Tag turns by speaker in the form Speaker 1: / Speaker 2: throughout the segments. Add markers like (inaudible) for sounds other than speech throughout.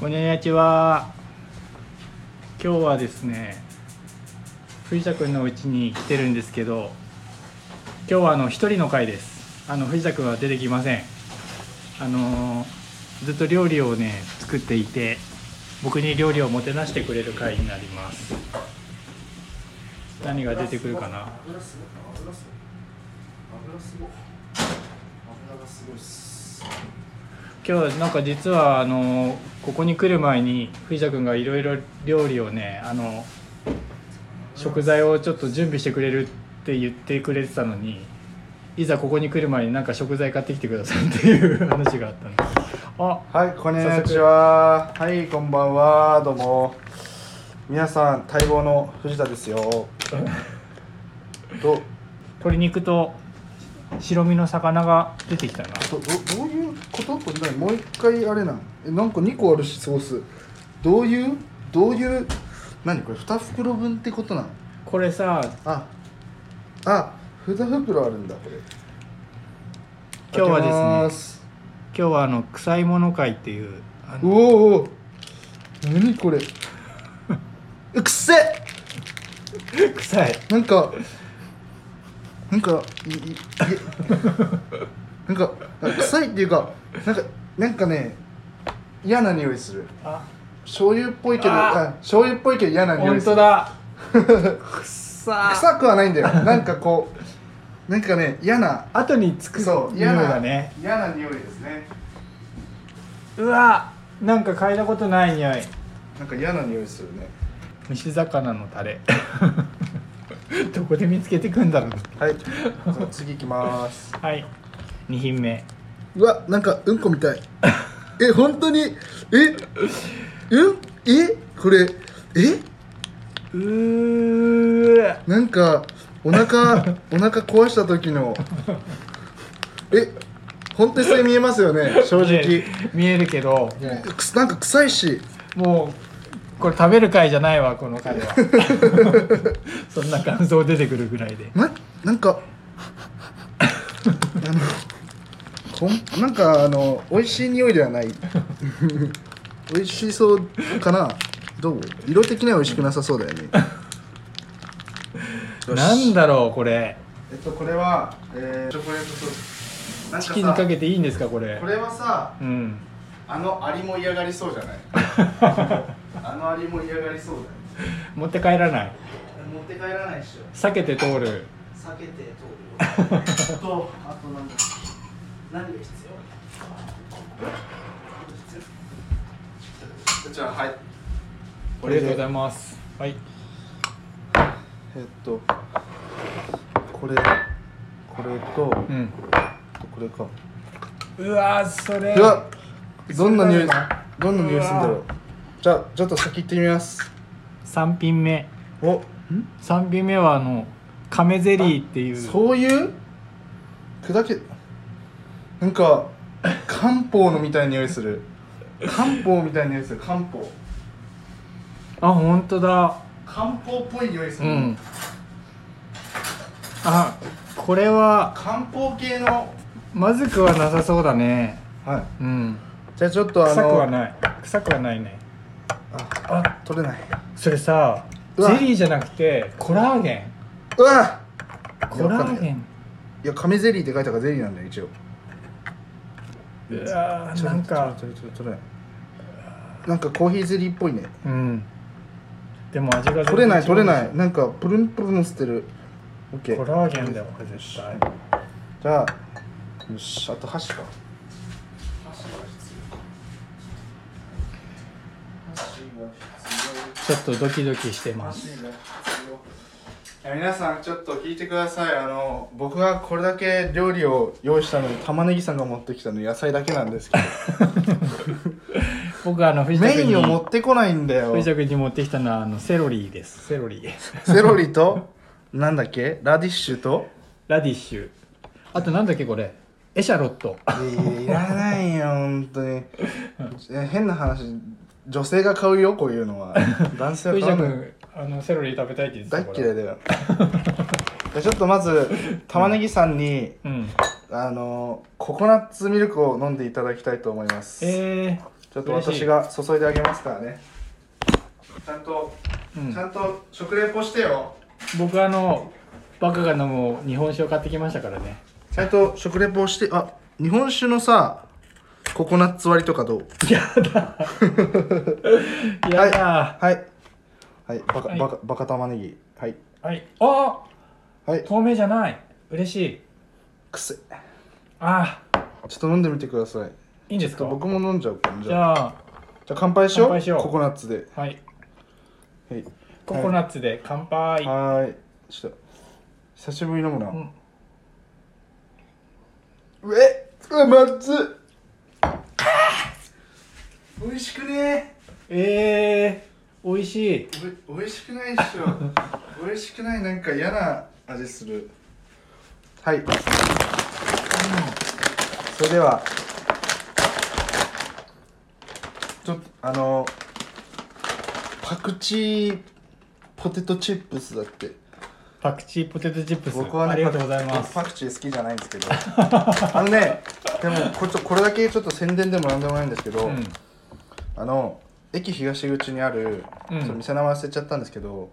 Speaker 1: こんにちは。今日はですね、藤田君の家に来てるんですけど、今日はあの一人の会です。あの藤田君は出てきません。あのーずっと料理をね作っていて、僕に料理をもてなしてくれる会になります。何が出てくるかな。
Speaker 2: 油すごい油すごい油すごい油がすごいっす
Speaker 1: 今日なんか実はあのここに来る前に藤田君がいろいろ料理をねあの食材をちょっと準備してくれるって言ってくれてたのにいざここに来る前になんか食材買ってきてくださいっていう話があったんであ
Speaker 2: はいこんにちははいこんばんはどうも皆さん待望の藤田です (laughs) よど
Speaker 1: 鶏肉と白身の魚が出てきたな
Speaker 2: どどどういうことこれ何もう一回あれなんえなんか2個あるしソースどういうどういう何これ2袋分ってことなの
Speaker 1: これさ
Speaker 2: ああ2袋あるんだこれ
Speaker 1: 今日はですね
Speaker 2: 開けます
Speaker 1: 今日はあの臭いもの会っていうあ
Speaker 2: う
Speaker 1: の
Speaker 2: おうおう何これ (laughs) うくせえ
Speaker 1: 臭い
Speaker 2: なんかなんかいいい (laughs) いなんかあ臭いっていうかなんかなんかね嫌な匂いする
Speaker 1: あ
Speaker 2: 醤油っぽいけど
Speaker 1: あ
Speaker 2: あ醤油っぽいけど嫌な匂い
Speaker 1: 本
Speaker 2: す
Speaker 1: 当
Speaker 2: る
Speaker 1: だ
Speaker 2: (laughs)
Speaker 1: 臭
Speaker 2: 臭くはないんだよ (laughs) なんかこうなんかね嫌な
Speaker 1: 後につく
Speaker 2: そう
Speaker 1: 匂
Speaker 2: 嫌
Speaker 1: い
Speaker 2: な
Speaker 1: がね
Speaker 2: 嫌な匂いですね
Speaker 1: うわなんか嗅いだことない匂い
Speaker 2: なんか嫌な匂いするね
Speaker 1: 蒸し魚のタレ (laughs) どこで見つけてくんだろう
Speaker 2: はいじゃあ次行きます
Speaker 1: はい2品目
Speaker 2: うわなんかうんこみたい (laughs) え本当にえうんえこれえ
Speaker 1: うー
Speaker 2: なんかお腹 (laughs) お腹壊した時のえ本当にそれ見えますよね正直、
Speaker 1: 見えるけど
Speaker 2: ねくすなんか臭いし
Speaker 1: もうこれ食べる回じゃないわこの回 (laughs) はそんな感想出てくるぐらいで
Speaker 2: まなんか (laughs) あのこんなんかあの美味しい匂いではない (laughs) 美味しそうかなどう色的には美味しくなさそうだよねよ
Speaker 1: (laughs)
Speaker 2: し
Speaker 1: なんだろうこれ
Speaker 2: えっとこれは、えー、チョコレートソースなん
Speaker 1: チキンに
Speaker 2: か
Speaker 1: か
Speaker 2: さ
Speaker 1: けていいんですかこれ
Speaker 2: これはさ
Speaker 1: うん (laughs)
Speaker 2: あのアリも嫌がりそうじゃないあのアリも嫌がりそうだよ
Speaker 1: 持って帰らない
Speaker 2: 持って帰らないっしょ
Speaker 1: 避けて通る
Speaker 2: 避けて通るとあとなんだ何が必要じゃあはい
Speaker 1: ありがとうござ
Speaker 2: い
Speaker 1: いますはい
Speaker 2: ますえっとこれこれと、
Speaker 1: うん
Speaker 2: これか
Speaker 1: うわーそれ
Speaker 2: うわどんな
Speaker 1: そ
Speaker 2: 匂い
Speaker 1: れだ
Speaker 2: どんな匂いするんだろ
Speaker 1: う
Speaker 2: うじゃあちょっと先行ってみます
Speaker 1: 3品目
Speaker 2: お
Speaker 1: 3品目はあの亀ゼリーっていう
Speaker 2: そういう砕けなんか漢方のみたいな匂いする漢方みたいな匂いする漢方
Speaker 1: あ本当だ
Speaker 2: 漢方っぽい匂いす
Speaker 1: う
Speaker 2: る、
Speaker 1: んあこれは
Speaker 2: 漢方系の
Speaker 1: まずくはなさそうだね
Speaker 2: はい
Speaker 1: うん
Speaker 2: じゃあちょっとあ
Speaker 1: 臭くは
Speaker 2: の
Speaker 1: ない臭くはないね
Speaker 2: あ取れない
Speaker 1: それさ
Speaker 2: う
Speaker 1: ゼ
Speaker 2: わ
Speaker 1: リーじゃなくてコラーゲン
Speaker 2: うわ
Speaker 1: コラーゲン
Speaker 2: いや亀ゼリーって書いたからゼリーなんだよ一応
Speaker 1: うわー
Speaker 2: ちょ
Speaker 1: なんか
Speaker 2: ちょっとちょっと取れないなんかコーヒーゼリーっぽいね
Speaker 1: うんでも味が全然
Speaker 2: 取れない
Speaker 1: 違う
Speaker 2: 取れないなんかプルンプルンしてるオッケー
Speaker 1: コラーゲンだよこれ絶対
Speaker 2: じゃあよしあと箸か箸が
Speaker 1: ちょっとドキドキしてます
Speaker 2: 必要箸が必要いや皆さんちょっと聞いてくださいあの僕がこれだけ料理を用意したのに玉ねぎさんが持ってきたの野菜だけなんで
Speaker 1: (laughs)
Speaker 2: すけ
Speaker 1: 僕あの藤
Speaker 2: ど
Speaker 1: 田
Speaker 2: メ
Speaker 1: 君
Speaker 2: イ
Speaker 1: に
Speaker 2: ンを持ってこないんだよ
Speaker 1: 藤田君に持ってきたのはあのセロリですセロリ
Speaker 2: セロリとなんだっけラディッシュと
Speaker 1: ラディッシュあとなんだっけこれエシャロット
Speaker 2: いやいらないよ本当にえ変な話女性が買うよこういうのは男性
Speaker 1: (laughs)
Speaker 2: は
Speaker 1: 藤
Speaker 2: 買
Speaker 1: 田
Speaker 2: わない
Speaker 1: 君あのセロリ食べたいって言って
Speaker 2: 大
Speaker 1: た
Speaker 2: っ嫌い
Speaker 1: こ
Speaker 2: だよじゃあちょっとまず玉ねぎさんに、
Speaker 1: うん
Speaker 2: あのココナッツミルクを飲んでいただきたいと思います、
Speaker 1: え
Speaker 2: ちょっと私が注いであげますからねちゃんと、
Speaker 1: ーうん
Speaker 2: ちゃんと食レポしてよ
Speaker 1: 僕あのバカが飲む日本酒を買ってきましたからね
Speaker 2: ちゃんと食レポしてあ日本酒のさココナッツ割りとかどう
Speaker 1: やだ
Speaker 2: はいはいバカ、
Speaker 1: はい
Speaker 2: バカバカ玉ねぎはい
Speaker 1: ーはいあ
Speaker 2: はい
Speaker 1: 透明じゃない嬉しい
Speaker 2: くせ
Speaker 1: あ
Speaker 2: ちょっと飲んでみてください
Speaker 1: ーいいんですか
Speaker 2: 僕も飲んじゃおうかじ
Speaker 1: じ
Speaker 2: ゃあ
Speaker 1: ゃあ
Speaker 2: じゃあ乾杯しよう
Speaker 1: 乾杯しよう
Speaker 2: ココナッツで
Speaker 1: はい
Speaker 2: はい
Speaker 1: ココナッツで乾杯、
Speaker 2: はーいちょっと久しぶりに飲むな、
Speaker 1: うん
Speaker 2: うえうまっつ美味しくね
Speaker 1: えー、美味しい
Speaker 2: お美味しくないっしょ美味しくないなんか嫌な味するはい、それではちょっとあのパクチーポテトチップスだって
Speaker 1: パクチーポテトチップス
Speaker 2: 僕はね
Speaker 1: ありがとうございます
Speaker 2: パクチー好きじゃないんですけどあのねでもこれちょこれだけちょっと宣伝でもなんでもないんですけど、
Speaker 1: うん
Speaker 2: あの駅東口にある、
Speaker 1: うん
Speaker 2: その店名前忘れちゃったんですけど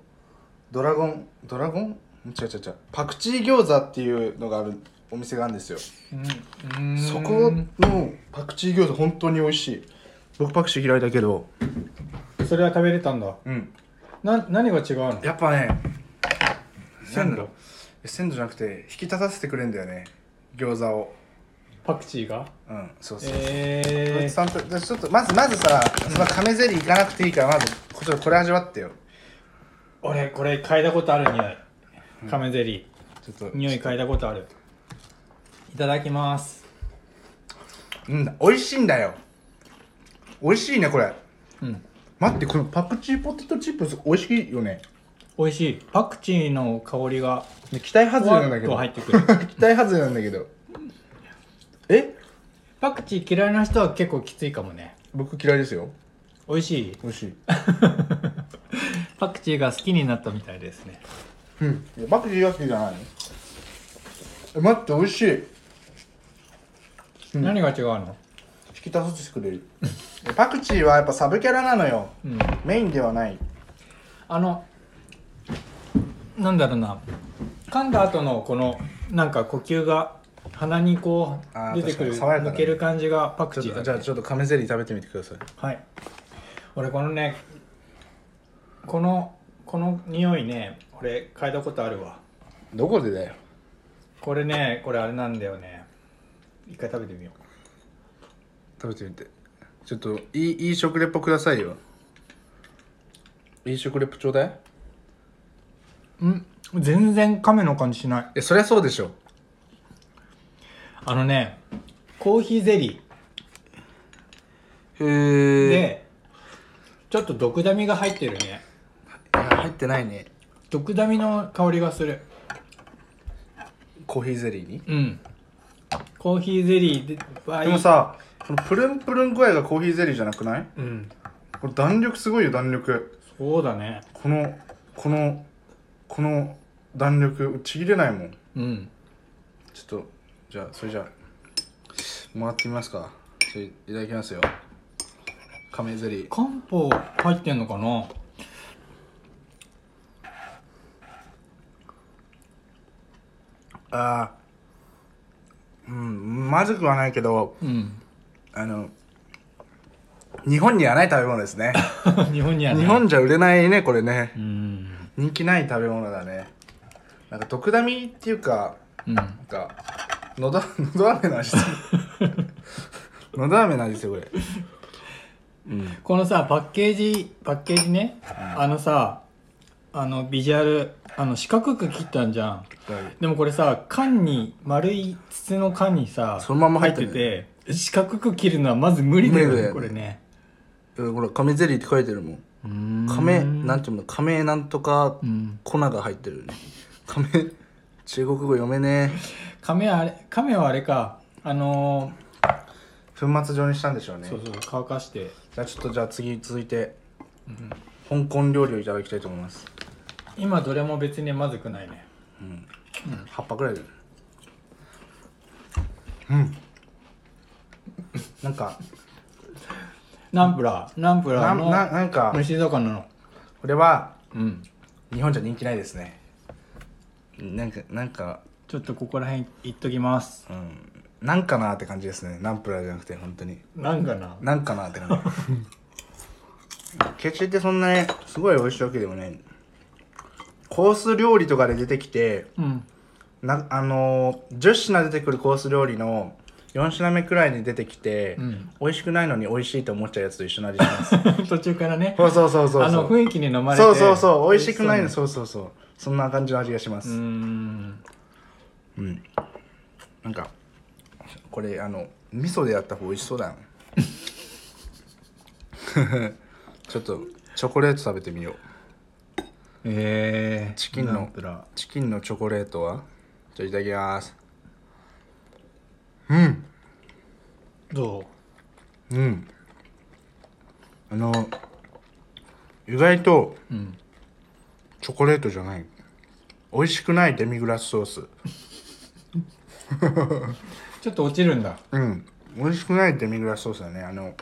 Speaker 2: ドラゴンドラゴン違う違う違うパクチー餃子っていうのがあるお店があるんですよ
Speaker 1: うん、うん
Speaker 2: そこのパクチー餃子本当に美味しい僕パクチー嫌いだけど
Speaker 1: それは食べれたんだ
Speaker 2: うん
Speaker 1: な何が違うの
Speaker 2: やっぱね
Speaker 1: 鮮度
Speaker 2: 鮮度じゃなくて引き立たせてくれるんだよね餃子を
Speaker 1: パクチーが
Speaker 2: うんそうそう、
Speaker 1: えー、
Speaker 2: さんとじゃあちょっとまずまずさその亀ゼリーいかなくていいからまずこちらこれ味わってよ
Speaker 1: 俺これ嗅いだことある匂い亀ゼリ
Speaker 2: ちょっと
Speaker 1: ー匂い嗅いだことあるいただきます
Speaker 2: うん美味しいんだよ美味しいねこれ
Speaker 1: うん
Speaker 2: 待ってこのパクチーポテトチップス美味しいよね
Speaker 1: 美味しいパクチーの香りが
Speaker 2: ね期待外
Speaker 1: ふ
Speaker 2: れな
Speaker 1: わ
Speaker 2: んだ
Speaker 1: っ
Speaker 2: け
Speaker 1: と
Speaker 2: ど
Speaker 1: 入っ
Speaker 2: (laughs)
Speaker 1: て
Speaker 2: 期
Speaker 1: くる
Speaker 2: 待外れなんだけどえ
Speaker 1: パクチー嫌いな人は結構きついかもね
Speaker 2: 僕嫌いですよ
Speaker 1: 美味しい
Speaker 2: 美味しい
Speaker 1: パクチーが好きになったみたいですね
Speaker 2: うんいやパクチーが好きじゃないのえ待って美味しいうん
Speaker 1: 何が違うの
Speaker 2: 引き立たせてく
Speaker 1: (laughs)
Speaker 2: れるパクチーはやっぱサブキャラなのよ
Speaker 1: うん
Speaker 2: メインではない
Speaker 1: あのなんだろうな噛んだ後のこのなんか呼吸が鼻にこ
Speaker 2: あー
Speaker 1: う出てくる、
Speaker 2: 確かに爽やかだ
Speaker 1: 抜
Speaker 2: ね
Speaker 1: ける感じがパクチーだ、ね、
Speaker 2: ょっと亀ゼリー食べてみてください
Speaker 1: はい俺このねこのこの匂いね俺嗅いだことあるわ
Speaker 2: どこでだよ
Speaker 1: これねこれあれなんだよね一回食べてみよう
Speaker 2: 食べてみてちょっといいいい食レポくださいよいい食レポちょうだい
Speaker 1: うん全然亀の感じしない
Speaker 2: えそりゃそうでしょ
Speaker 1: あのねコーヒーゼリ
Speaker 2: へ
Speaker 1: ー
Speaker 2: え
Speaker 1: でちょっと毒ダミが入ってるね
Speaker 2: 入ってないね
Speaker 1: 毒ダミの香りがする
Speaker 2: コーヒーゼリーに
Speaker 1: うんコーヒーゼリーでは
Speaker 2: でもさこのプルンプルン具合がコーヒーゼリーじゃなくない
Speaker 1: うん
Speaker 2: これ弾力すごいよ弾力
Speaker 1: そうだね
Speaker 2: このこのこの弾力ちぎれないもん
Speaker 1: うん
Speaker 2: ちょっとじゃあそれじゃあもらってみますかそれいただきますよ亀ゼリー
Speaker 1: 漢方入ってんのかな
Speaker 2: あーうんまずくはないけど
Speaker 1: うん
Speaker 2: あの日本にはない食べ物ですね
Speaker 1: (laughs) 日本にはね
Speaker 2: (laughs) 日本じゃ売れないねこれね
Speaker 1: うん
Speaker 2: 人気ない食べ物だねなんか毒ダミっていうか
Speaker 1: うん
Speaker 2: なんかのど (laughs) のど飴の味す (laughs) るのど飴の味ですよこれうん
Speaker 1: このさパッケージパッケージね、あのさあのビジュアルあの四角く切ったんじゃんでもこれさ缶に丸い筒の缶にさ
Speaker 2: そのまんま入ってる
Speaker 1: て四角く切るのはまず無理だよ
Speaker 2: 無理
Speaker 1: ね
Speaker 2: だよね
Speaker 1: これね
Speaker 2: うんほら亀ゼリーって書いてるもん亀
Speaker 1: 亀
Speaker 2: なんていうの亀なんとか
Speaker 1: うん
Speaker 2: 粉が入ってるね亀中国語読めねえ
Speaker 1: 亀はあれ亀はあれかあの
Speaker 2: 粉末状にしたんでしょう
Speaker 1: ー
Speaker 2: ね
Speaker 1: そうそう乾かして
Speaker 2: じゃあちょっとじゃあ次続いて、香港料理をいただきたいと思います
Speaker 1: 今どれも別にまずくないね
Speaker 2: 葉っぱぐらいだよねうんなんか
Speaker 1: ナンプラーナンプ
Speaker 2: な
Speaker 1: ラ
Speaker 2: んな
Speaker 1: ー
Speaker 2: なんか
Speaker 1: の静岡なの
Speaker 2: これは
Speaker 1: うん
Speaker 2: 日本じゃ人気ないですねなんかなんか
Speaker 1: ちょっとここら辺いっときます
Speaker 2: うんなんかなって感じですねナンプラーじゃなくて本当に
Speaker 1: なんかな
Speaker 2: なんかなって感じケチってそんなねすごい美味しいわけでもないコース料理とかで出てきて
Speaker 1: うん (laughs)
Speaker 2: なあのー、10品出てくるコース料理の4品目くらいに出てきて、
Speaker 1: うん
Speaker 2: 美味しくないのに美味しいと思っちゃうやつと一緒の味します
Speaker 1: 途中からね
Speaker 2: (laughs) そうそうそうそう
Speaker 1: あの
Speaker 2: そう
Speaker 1: 雰囲気に飲まれて
Speaker 2: そうそうそう美味しくないの
Speaker 1: 美味し
Speaker 2: そうそうそうそんな感じの味がします
Speaker 1: そうねうーん
Speaker 2: うん、なんかこれあの味噌でやった方が美味しそうだよね (laughs) ちょっとチョコレート食べてみよう
Speaker 1: えー、
Speaker 2: チキンの
Speaker 1: ナンプラ
Speaker 2: チキンのチョコレートはじゃあいただきますうん
Speaker 1: ーど
Speaker 2: うんあの意外と
Speaker 1: ううん
Speaker 2: チョコレートじゃない美味しくないデミグラスソース
Speaker 1: ちょっと落ちるんだ
Speaker 2: うん美味しくないデミグラスソースだねあの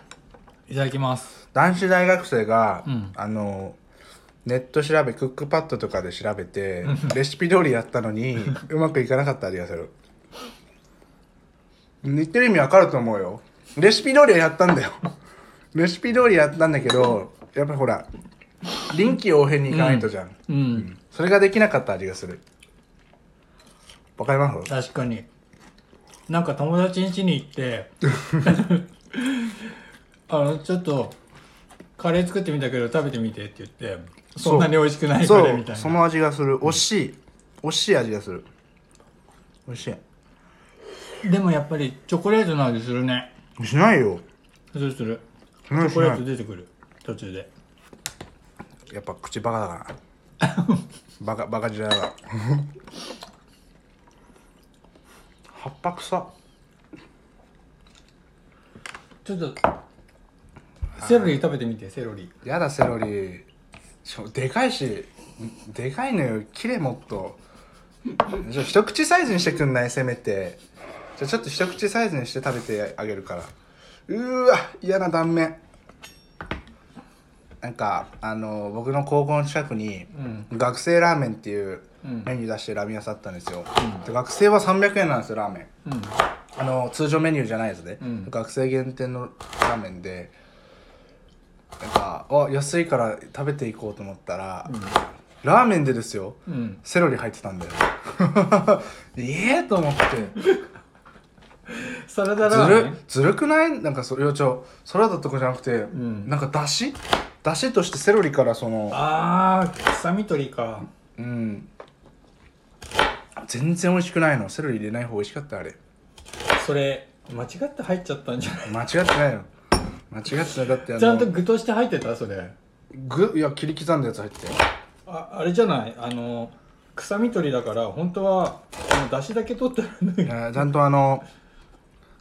Speaker 1: いただきます
Speaker 2: 男子大学生が、
Speaker 1: うん
Speaker 2: あのネット調べクックパッドとかで調べてレシピ通りやったのにうまくいかなかったりがする言ってる意味わかると思うよレシピ通りはやったんだよレシピ通りやったんだけどやっぱりほら臨機応変にいかないとじゃん、
Speaker 1: うん
Speaker 2: それができなかった味がするわかります
Speaker 1: 確かになんか友達ん家に行って
Speaker 2: (laughs)
Speaker 1: あのちょっとカレー作ってみたけど食べてみてって言って
Speaker 2: そう
Speaker 1: そんなに美味しくないカ
Speaker 2: そ
Speaker 1: レーみ
Speaker 2: う
Speaker 1: たいな
Speaker 2: その味がする惜しい惜しい味がする美味し
Speaker 1: でもやっぱりチョコレートの味するね
Speaker 2: いしないよ
Speaker 1: するする
Speaker 2: チ
Speaker 1: チョコレート出てくる途中で
Speaker 2: やっぱ口バカだから
Speaker 1: (laughs)
Speaker 2: バカバカじらだから葉っぱ臭
Speaker 1: ちょっとセロリ食べてみてセロリ
Speaker 2: やだセロリしかもでかいしでかいのよ切れもっとじゃあ一口サイズにしてくんないせめてじゃあちょっと一口サイズにして食べてあげるからうーわ嫌な断面なんかあの僕の高校の近くに、
Speaker 1: うん
Speaker 2: 学生ラーメンっていう
Speaker 1: うん
Speaker 2: メニュー出してるラーメン屋さんあったんですよ、で学生は300円なんですよラーメン
Speaker 1: うん
Speaker 2: あの通常メニューじゃないやつで、
Speaker 1: うん
Speaker 2: 学生限定のラーメンでなんかあ安いから食べていこうと思ったら、ラーメンでですよ
Speaker 1: うん
Speaker 2: セロリ入ってたん
Speaker 1: (laughs)
Speaker 2: だよええと思って
Speaker 1: サラダラ
Speaker 2: ず
Speaker 1: ーメ
Speaker 2: る
Speaker 1: ン
Speaker 2: ずるくないなんかそ要長サラダとかじゃなくて、
Speaker 1: ん
Speaker 2: なんかだしだしとしてセロリからその
Speaker 1: あー臭み取りか
Speaker 2: うん全然美味しくないのセロリ入れない方が美味しかったあれ
Speaker 1: それ間違って入っちゃったんじゃない
Speaker 2: 間違ってないの間違ってないだってあの
Speaker 1: ちゃんと具として入ってたそれ
Speaker 2: ぐいや切り刻んだやつ入ってたよ
Speaker 1: ああれじゃないあの臭み取りだから本当はあの出汁だけ取ってあるんだけ
Speaker 2: い
Speaker 1: ど
Speaker 2: やちゃんとあの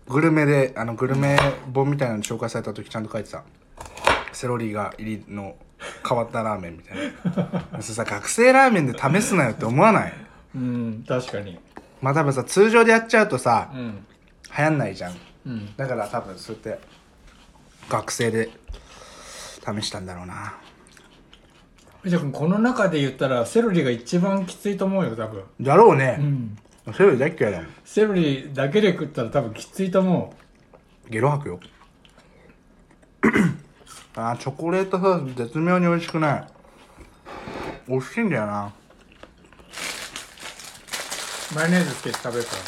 Speaker 2: グルメであのグルメ本みたいなのに紹介された時ちゃんと書いてたセロリが入りの変わったラーメンみたいなそれさ学生ラーメンで試すなよって思わない
Speaker 1: うん確かに
Speaker 2: まあ多分さ通常でやっちゃうとさ
Speaker 1: うん
Speaker 2: 流行んないじゃん
Speaker 1: うん
Speaker 2: だから多分そうやって学生で試したんだろうな
Speaker 1: じゃあこの中で言ったらセロリが一番きついと思うよ多分
Speaker 2: だろう
Speaker 1: う
Speaker 2: ね、
Speaker 1: ん
Speaker 2: セロリ大っ嫌いだもん
Speaker 1: セロリだけで食ったら多分きついと思
Speaker 2: ゲロ吐くよ (clears throat) あーチョコレートソース絶妙に美味しくない美味しいんだよな
Speaker 1: うマヨネーズつけて食べるから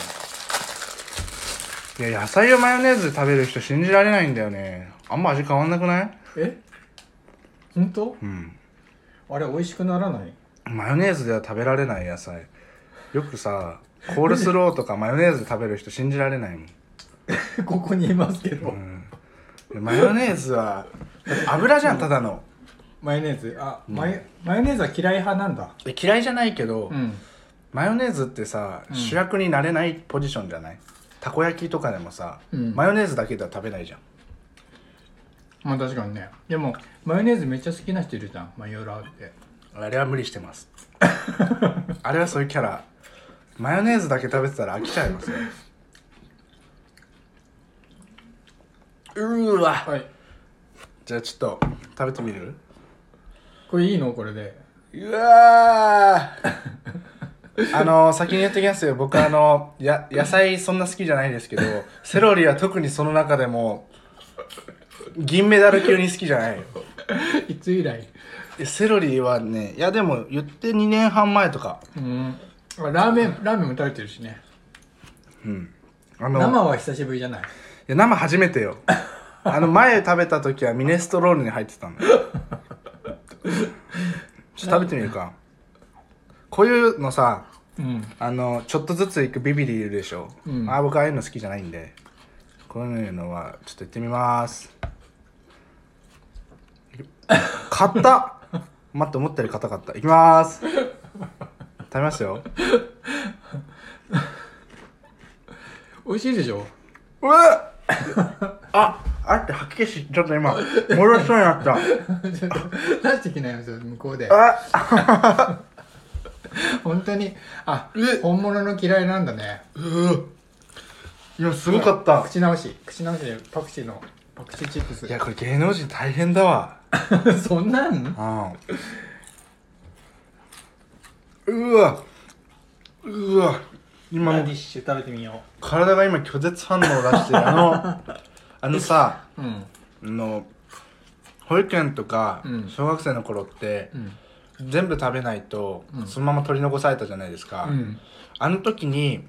Speaker 1: ね
Speaker 2: いや野菜をマヨネーズで食べる人信じられないんだよねあんま味変わんなくない
Speaker 1: え本当
Speaker 2: うん
Speaker 1: あれ美味しくならない (laughs)
Speaker 2: マヨネーズでは食べられない野菜よくさコールスローとかマヨネーズで食べる人信じられないもん
Speaker 1: ここにいますけど、
Speaker 2: マヨネーズはだって油じゃんただの
Speaker 1: マヨネーズあ、マヨマヨネーズは嫌い派なんだ
Speaker 2: え嫌いじゃないけど、
Speaker 1: うん
Speaker 2: マヨネーズってさ、主役になれないポジションじゃないたこ焼きとかでもさ、
Speaker 1: うん
Speaker 2: マヨネーズだけでは食べないじゃん
Speaker 1: まあ確かにねでもマヨネーズめっちゃ好きな人いるじゃんマヨラーって
Speaker 2: (laughs) あれは無理してますあれはそういうキャラマヨネーズだけ食べてたら飽きちゃいますようーわ
Speaker 1: はい
Speaker 2: じゃあちょっと食べてみる
Speaker 1: これいいのこれで (laughs)
Speaker 2: うわーあの先に言ってきますよ僕あのや野菜そんな好きじゃないですけどセロリは特にその中でも銀メダル級に好きじゃないよ
Speaker 1: いつ以来
Speaker 2: いやセロリはねいやでも言って2年半前とか
Speaker 1: うんラーメンラーメンも食べてるしね
Speaker 2: あの
Speaker 1: 生は久しぶりじゃない
Speaker 2: いや生初めてよあの前食べた時はミネストロールに入ってたんだよちょっと食べてみるかこういうのさ
Speaker 1: うん
Speaker 2: あのちょっとずついくビビリいるでしょ、
Speaker 1: うん
Speaker 2: あ僕ああいうの好きじゃないんでこういうのはちょっと行ってみます買った待って思ったより硬かったいきます食べますよ
Speaker 1: 美味しいでしょ (laughs)
Speaker 2: うわっああって吐き気しちょっと今戻しそうになった
Speaker 1: ちょっと出してきなよそれ向こうで
Speaker 2: あ
Speaker 1: 本当にあ
Speaker 2: え
Speaker 1: 本物の嫌いなんだね
Speaker 2: いやすごかった
Speaker 1: 口直し口直しでパクチーのパクチーチップス
Speaker 2: いやこれ芸能人大変だわ
Speaker 1: (laughs) そんなん
Speaker 2: うんうわうわ今も
Speaker 1: ラ
Speaker 2: う
Speaker 1: ディッシュ食べてみよ
Speaker 2: 体が今拒絶反応を出してあ (laughs) のあのさ
Speaker 1: ううん
Speaker 2: あの保育園とか
Speaker 1: うん
Speaker 2: 小学生の頃って
Speaker 1: う、ん
Speaker 2: 全部食べないと、
Speaker 1: うん
Speaker 2: そのまま取り残されたじゃないですか、
Speaker 1: うん
Speaker 2: あの時に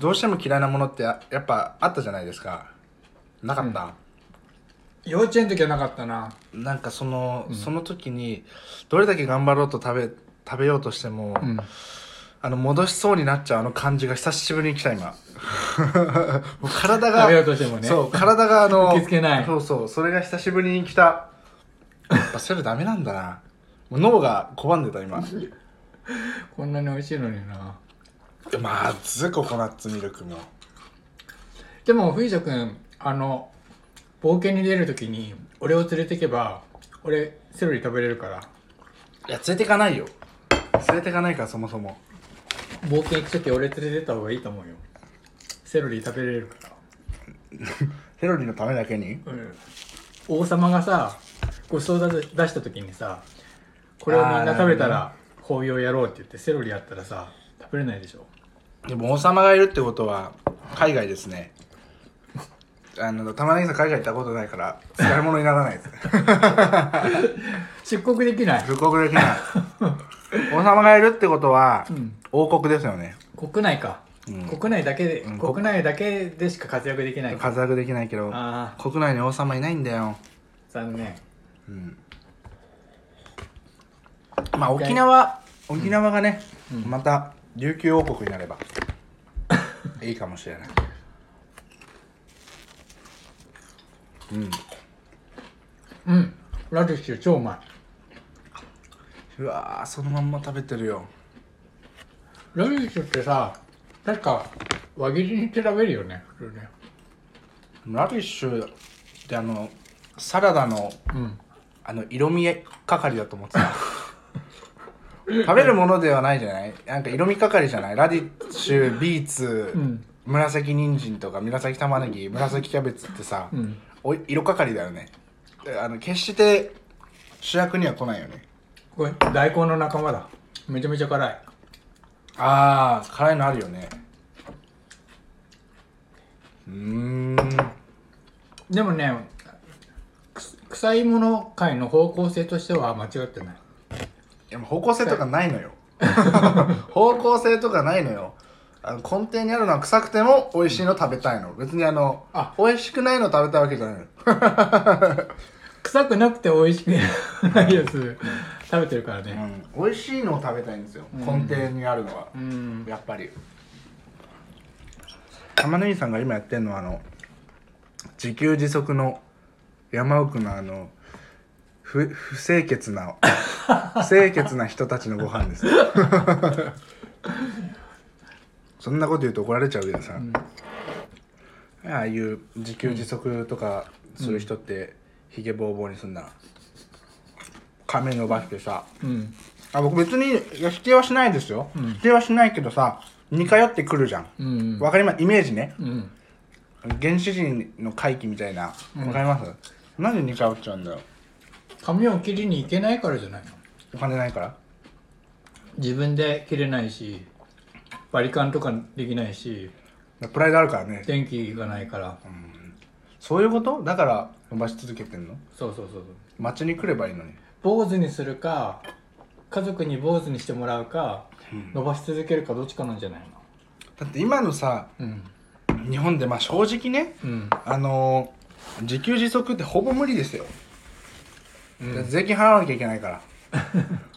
Speaker 2: どうしても嫌いなものってややっぱあったじゃないですかなかった、
Speaker 1: 幼稚園の時はなかったな
Speaker 2: なんかその、その時にどれだけ頑張ろうと食べ食べようとしても、
Speaker 1: うん
Speaker 2: あの戻しそうになっちゃうあの感じが久しぶりに来
Speaker 1: (laughs)
Speaker 2: た今もう体が
Speaker 1: 食べようとしてもね
Speaker 2: そう体があの
Speaker 1: 受け付けない
Speaker 2: そうそうそれが久しぶりに来たやっぱセルダメなんだなもう脳が拒んでた今
Speaker 1: こんなに美味しいのにな
Speaker 2: まずココナッツミルクも
Speaker 1: でも藤田君あの冒険に出る時に俺を連れてけば俺セロリ食べれるから
Speaker 2: いや連れてかないよ連れてかないからそもそも
Speaker 1: 冒険行く時俺連れてった方がいいと思うよセロリ食べれるから
Speaker 2: セロリのためだけに
Speaker 1: うん王様がさごちそうだ出した時にさこれをみんな食べたら褒美をやろうって言ってセロリやったらさ食べれないでしょ
Speaker 2: でも王様がいるってことは海外ですねあの玉ねぎさん海外行ったことないから使い物にならないです
Speaker 1: 出国できない
Speaker 2: 出国できない王様がいるってことは、
Speaker 1: ん
Speaker 2: 王国ですよね
Speaker 1: 国内か、
Speaker 2: うん
Speaker 1: 国内だけで、
Speaker 2: うん
Speaker 1: 国内だけでしか活躍できないか
Speaker 2: 活躍できないけど
Speaker 1: ああ
Speaker 2: 国内に王様いないんだよ、
Speaker 1: 残念
Speaker 2: うん、まあ沖縄沖縄がね、また琉球王国になればいいかもしれないうん
Speaker 1: うんラディッシュ超うま
Speaker 2: うわーそのまんま食べてるよ
Speaker 1: いラディッシュってさ確か輪切りにして食べるよね普通ね
Speaker 2: ラディッシュってあのサラダの
Speaker 1: うん
Speaker 2: あの色味係だと思ってた (laughs) 食べるものではないじゃないなんか色味係じゃないラディッシュビーツ、
Speaker 1: うん
Speaker 2: 紫人参とか紫玉ねぎ紫キャベツってさ、
Speaker 1: うん
Speaker 2: お色係だよねであの決して主役には来ないよね
Speaker 1: これ大根の仲間だめちゃめちゃ辛い
Speaker 2: あー辛いのあるよねうーん
Speaker 1: でもねくす臭いもの界の方向性としては間違ってない
Speaker 2: いやもう方向性とかないのよ方向性とかないのよあの根底にあるのは臭くても美味しいの食べたいの別にあの
Speaker 1: あ
Speaker 2: 美味しくないの食べたいわけじゃないの
Speaker 1: 臭くなくて美味しくないやつ (laughs) 食べてるからね
Speaker 2: うん、美味しいのを食べたいんですよ、根底にあるのは、
Speaker 1: うん
Speaker 2: やっぱり玉ねぎさんが今やってるのはあの自給自足の山奥のあの不不清潔な (laughs) 不清潔な人たちのご飯です (laughs) そんなこと言うと怒られちゃうけどさ、ああいう自給自足とかする人ってひげぼうぼうにすんな髪伸ばしてさ
Speaker 1: うん
Speaker 2: あ僕別にいや否定はしないですよ、否定はしないけどさ似通ってくるじゃん
Speaker 1: うん
Speaker 2: わかりますイメージね
Speaker 1: うん
Speaker 2: 原始人の回帰みたいなわ
Speaker 1: うん
Speaker 2: かります、なんで似通っちゃうんだよ
Speaker 1: 髪を切りに行けないからじゃないの
Speaker 2: お金ないから
Speaker 1: 自分で切れないしバリカンとかできないし
Speaker 2: プライドあるからね
Speaker 1: 電気がないから、
Speaker 2: そういうことだから伸ばし続けてんの
Speaker 1: そうそうそうそう
Speaker 2: 街に来ればいいのに
Speaker 1: 坊主にするか家族に坊主にしてもらうか、伸ばし続けるかどっちかなんじゃない
Speaker 2: だって今のさ
Speaker 1: のうん
Speaker 2: 日本でまあ正直ね
Speaker 1: うん
Speaker 2: あのー自給自足ってほぼ無理ですよ、
Speaker 1: うん
Speaker 2: だって税金払わなきゃいけないから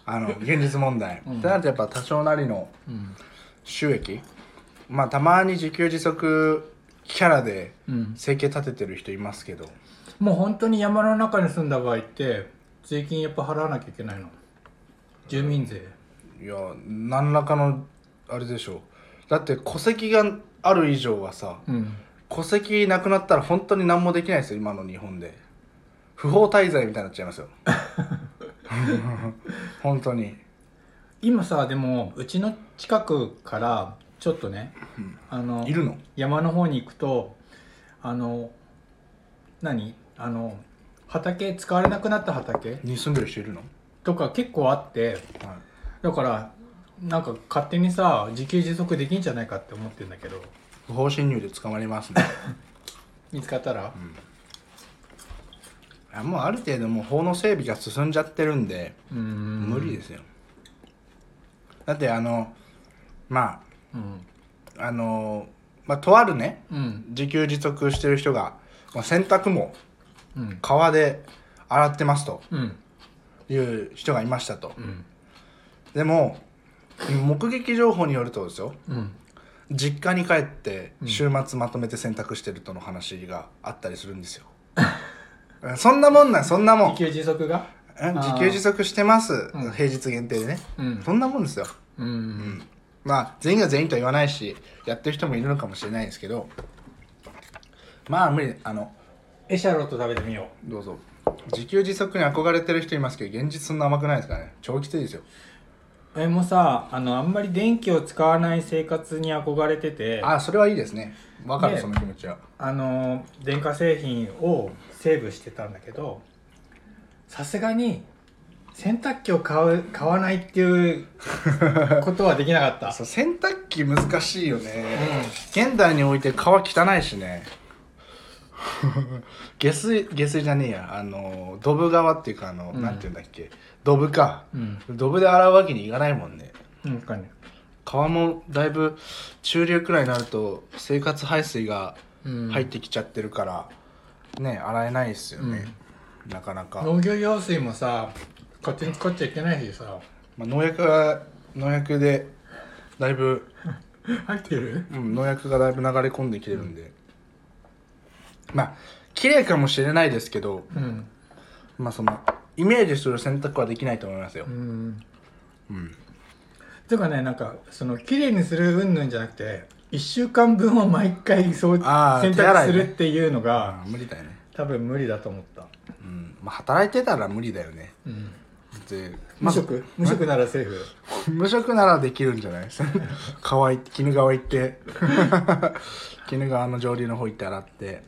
Speaker 2: あの現実問題、
Speaker 1: (laughs) うん
Speaker 2: ってなるとやっぱ多少なりの
Speaker 1: うん
Speaker 2: 収益まあたまに自給自足キャラで
Speaker 1: うん
Speaker 2: 生計立ててる人いますけど
Speaker 1: もう本当に山の中に住んだ場合って税金やっぱ払わなきゃいけないの住民税
Speaker 2: いや何らかのあれでしょうだって戸籍がある以上はさ
Speaker 1: うん
Speaker 2: 戸籍なくなったら本当に何もできないですよ今の日本で不法滞在みたいになっちゃいますよ (laughs) 本当に
Speaker 1: 今さでもうちの近くからちょっとね、あの
Speaker 2: いるの
Speaker 1: 山の方に行くとあの何あの畑使われなくなった畑
Speaker 2: に住んでる人いるの、
Speaker 1: とか結構あって
Speaker 2: は
Speaker 1: だからなんか勝手にさ自給自足できんじゃないかって思ってんだけど
Speaker 2: い、不法侵入で捕まりますね
Speaker 1: 見つかったら、
Speaker 2: いやもうある程度もう法の整備が進んじゃってるんで
Speaker 1: うーん
Speaker 2: 無理ですよ、だってあのま
Speaker 1: うん
Speaker 2: ああのまあとあるね
Speaker 1: うん
Speaker 2: 自給自足してる人が、まあ、洗濯も
Speaker 1: うん
Speaker 2: 川で洗ってますと
Speaker 1: うん
Speaker 2: いう人がいましたと
Speaker 1: うん
Speaker 2: でも目撃情報によるとですよ
Speaker 1: うん
Speaker 2: 実家に帰って週末まとめて洗濯してるとの話があったりするん
Speaker 1: (laughs)
Speaker 2: ですよそんなもんなんそんなもん
Speaker 1: 自給自足が
Speaker 2: え
Speaker 1: ー
Speaker 2: 自給自足してます、
Speaker 1: うん
Speaker 2: 平日限定でね
Speaker 1: うん
Speaker 2: そんなもんですよ
Speaker 1: うん、
Speaker 2: まあ全員が全員とは言わないしやってる人もいるのかもしれないですけどまあ無理あの
Speaker 1: エシャロット食べてみよ
Speaker 2: どうぞ自給自足に憧れてる人いますけど現実そんな甘くないですからね超きついですよ
Speaker 1: う俺もさあのあんまり電気を使わない生活に憧れててあ
Speaker 2: あそれはいいですねわかる、
Speaker 1: ね
Speaker 2: その気持ちは (laughs)
Speaker 1: の電化製品をセーブしてたんだけどさすがに洗濯機を買う買わないっていうことはできなかった (laughs)
Speaker 2: そう洗濯機難しいよね、
Speaker 1: う
Speaker 2: 現代において川汚いしね (laughs) 下水下水じゃねえやあのドブ川っていうかあの、
Speaker 1: うん
Speaker 2: なんていうんだっけドブか
Speaker 1: うん
Speaker 2: ドブで洗うわけにいかないもんね
Speaker 1: なんかね
Speaker 2: 川もだいぶ中流くらいになると生活排水が
Speaker 1: うん
Speaker 2: 入ってきちゃってるから、ね洗えないですよね、なかなか、
Speaker 1: 農業用水もさ勝手に使っちゃいけないしさ
Speaker 2: まあ、農薬は農薬でだいぶ、
Speaker 1: 入ってる
Speaker 2: うん、農薬がだいぶ流れ込んできてるんで、まあ綺麗かもしれないですけど
Speaker 1: うん
Speaker 2: まあそのイメージする選択はできないと思いますよ、
Speaker 1: うん
Speaker 2: うん
Speaker 1: てかねなんかその綺麗にする云々じゃなくて1週間分を毎回そう洗
Speaker 2: あー手洗
Speaker 1: 濯
Speaker 2: い
Speaker 1: す
Speaker 2: ね
Speaker 1: るっていうのが、
Speaker 2: あ無理だよね、
Speaker 1: 多分無理だと思った、
Speaker 2: うんまあ、働いてたら無理だよね
Speaker 1: うん、
Speaker 2: で
Speaker 1: 無職無職ならセーフ
Speaker 2: 無職ならできるんじゃない (laughs) 川行って鬼怒川行って (laughs) 鬼怒川の上流の方行って洗って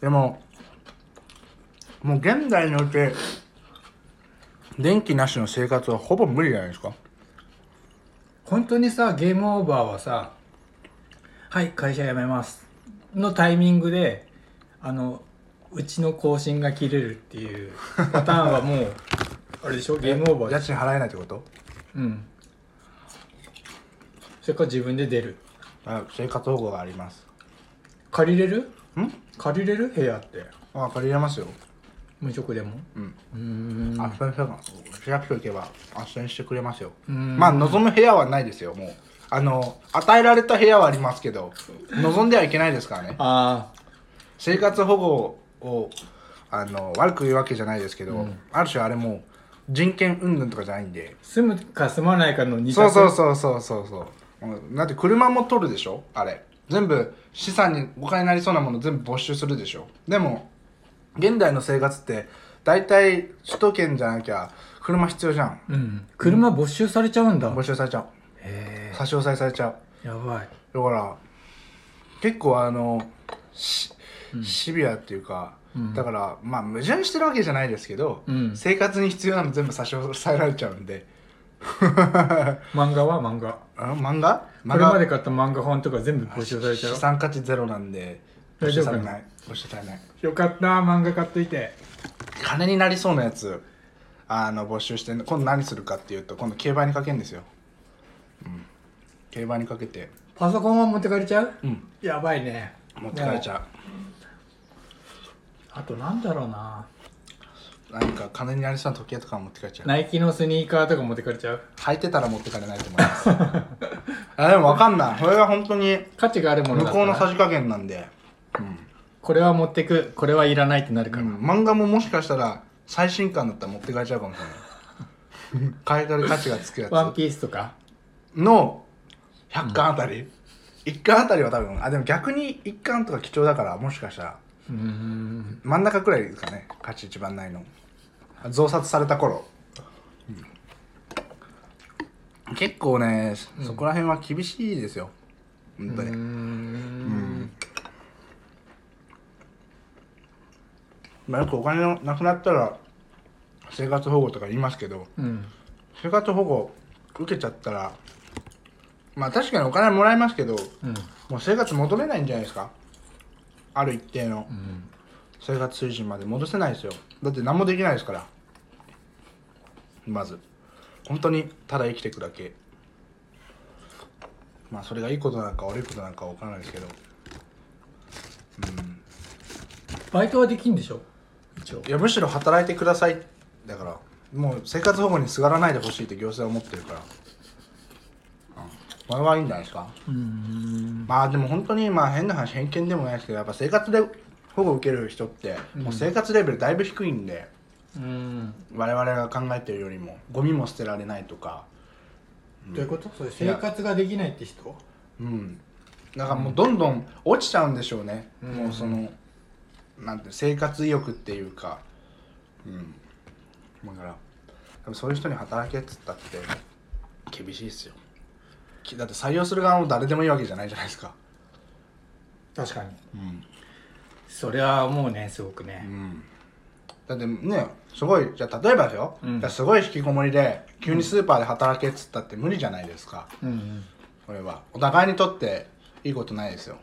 Speaker 2: でももう現代において電気なしの生活はほぼ無理じゃないですか
Speaker 1: 本当にさゲームオーバーはさ「はい会社辞めます」のタイミングであのうちの更新が切れるっていうパターンはも
Speaker 2: (laughs)
Speaker 1: うあれでしょゲームオーバー
Speaker 2: 家
Speaker 1: でしょ
Speaker 2: 賃払えないってこと
Speaker 1: うんそれから自分で出る
Speaker 2: あ生活保護があります
Speaker 1: 借りれる
Speaker 2: ん
Speaker 1: 借りれる部屋って
Speaker 2: あ借りれますよ
Speaker 1: 無職でも
Speaker 2: うん
Speaker 1: うーん
Speaker 2: あっ先生が市役所行けば斡旋してくれますよ
Speaker 1: うん
Speaker 2: まあ望む部屋はないですよもうあの与えられた部屋はありますけど望んではいけないですからね
Speaker 1: あ
Speaker 2: 生活保護をあの悪く言うわけじゃないですけど、
Speaker 1: うん
Speaker 2: ある種あれもう人権云々とかじゃないんで
Speaker 1: ー住むか住まないかの二択
Speaker 2: そうそうそうそうそうそううんだって車も取るでしょあれ全部資産にお金になりそうなもの全部没収するでしょでも現代の生活って大体首都圏じゃなきゃ車必要じゃん
Speaker 1: うん、車没収されちゃうんだ
Speaker 2: 没収されちゃう
Speaker 1: へへ
Speaker 2: 差し押さえされちゃう
Speaker 1: えやばい
Speaker 2: だから結構あのし
Speaker 1: うん
Speaker 2: シビアっていうか、
Speaker 1: うん
Speaker 2: だからまあ矛盾してるわけじゃないですけど、
Speaker 1: うん
Speaker 2: 生活に必要なの全部差し押さえられちゃうんで (laughs)
Speaker 1: 漫画は漫画
Speaker 2: あ漫画
Speaker 1: こ
Speaker 2: 漫
Speaker 1: れま
Speaker 2: 画
Speaker 1: で買った漫画本とか全部没収されちゃ
Speaker 2: 資産価値ゼロなんで
Speaker 1: 大丈夫
Speaker 2: さ
Speaker 1: か
Speaker 2: れ
Speaker 1: な
Speaker 2: ない押してされないう
Speaker 1: よかった漫画買っといて
Speaker 2: 金になりそうなやつあの募集して今度何するかっていうと今度競馬にかけるんですよ、うん競馬にかけて
Speaker 1: パソコンは持ってかれちゃう
Speaker 2: うん
Speaker 1: やばいね
Speaker 2: 持ってかれち
Speaker 1: う
Speaker 2: ゃ
Speaker 1: あとなんだろうな
Speaker 2: う何か金になりそうな時計とかも持ってかれちゃう
Speaker 1: ナイキのスニーカーとか持ってかれちゃう
Speaker 2: 履いてたら持ってかれないと思います (laughs) あでも分かんないこれは本当に
Speaker 1: 価値があるもの
Speaker 2: 向
Speaker 1: だ
Speaker 2: こうの
Speaker 1: から
Speaker 2: さじ加減なんで、うん
Speaker 1: これは持ってくこれはいらないってなるから、
Speaker 2: うん漫画ももしかしたら最新刊だったら持ってかれちゃうかもし
Speaker 1: (laughs)
Speaker 2: れない買い取り価値がつくや
Speaker 1: ワン
Speaker 2: つ
Speaker 1: ピースとか
Speaker 2: の100巻あたり、1巻あたりは多分あでも逆に1巻とか貴重だからもしかしたら
Speaker 1: うーん
Speaker 2: 真ん中くらいですかね価値一番ないの増刷された頃、うん結構ね、そこら辺は厳しいですよ本当に、
Speaker 1: うーん
Speaker 2: まあ、よくお金のなくなったら生活保護とか言いますけど
Speaker 1: うん
Speaker 2: 生活保護受けちゃったらまあ確かにお金はもらえますけど
Speaker 1: うん
Speaker 2: もう生活戻れないんじゃないですかある一定の
Speaker 1: うん
Speaker 2: 生活水準まで戻せないですよだって何もできないですからまず本当にただ生きていくだけまあそれがいいことなんか悪いことなんかわからないですけどうん
Speaker 1: バイトはできんでしょ一応
Speaker 2: いやむしろ働いてくださいだからもう生活保護にすがらないでほしいって行政は思ってるから、うん、まあいいんじゃないですか
Speaker 1: うーん
Speaker 2: まあでも本当にまあ変な話偏見でもないですけどやっぱ生活で保護を受ける人ってもう生活レベルだいぶ低いんで、
Speaker 1: うん
Speaker 2: 我々が考えてるよりもゴミも捨てられないとか
Speaker 1: どういうことそれ生活ができないって人
Speaker 2: うんだからもうどんどん落ちちゃうんでしょうね、
Speaker 1: うん
Speaker 2: もうそのなんて生活意欲っていうかうんだから多分そういう人に働けっつったって厳しいっすよきだって採用する側も誰でもいいわけじゃないじゃないですか
Speaker 1: 確かに
Speaker 2: うん、
Speaker 1: それはもうねすごくね
Speaker 2: だってねすごいじゃあ例えばですよ、
Speaker 1: うん
Speaker 2: じゃあすごい引きこもりで急にスーパーで働けっつったって無理じゃないですか、
Speaker 1: うん
Speaker 2: これはお互いにとっていいことないですよ、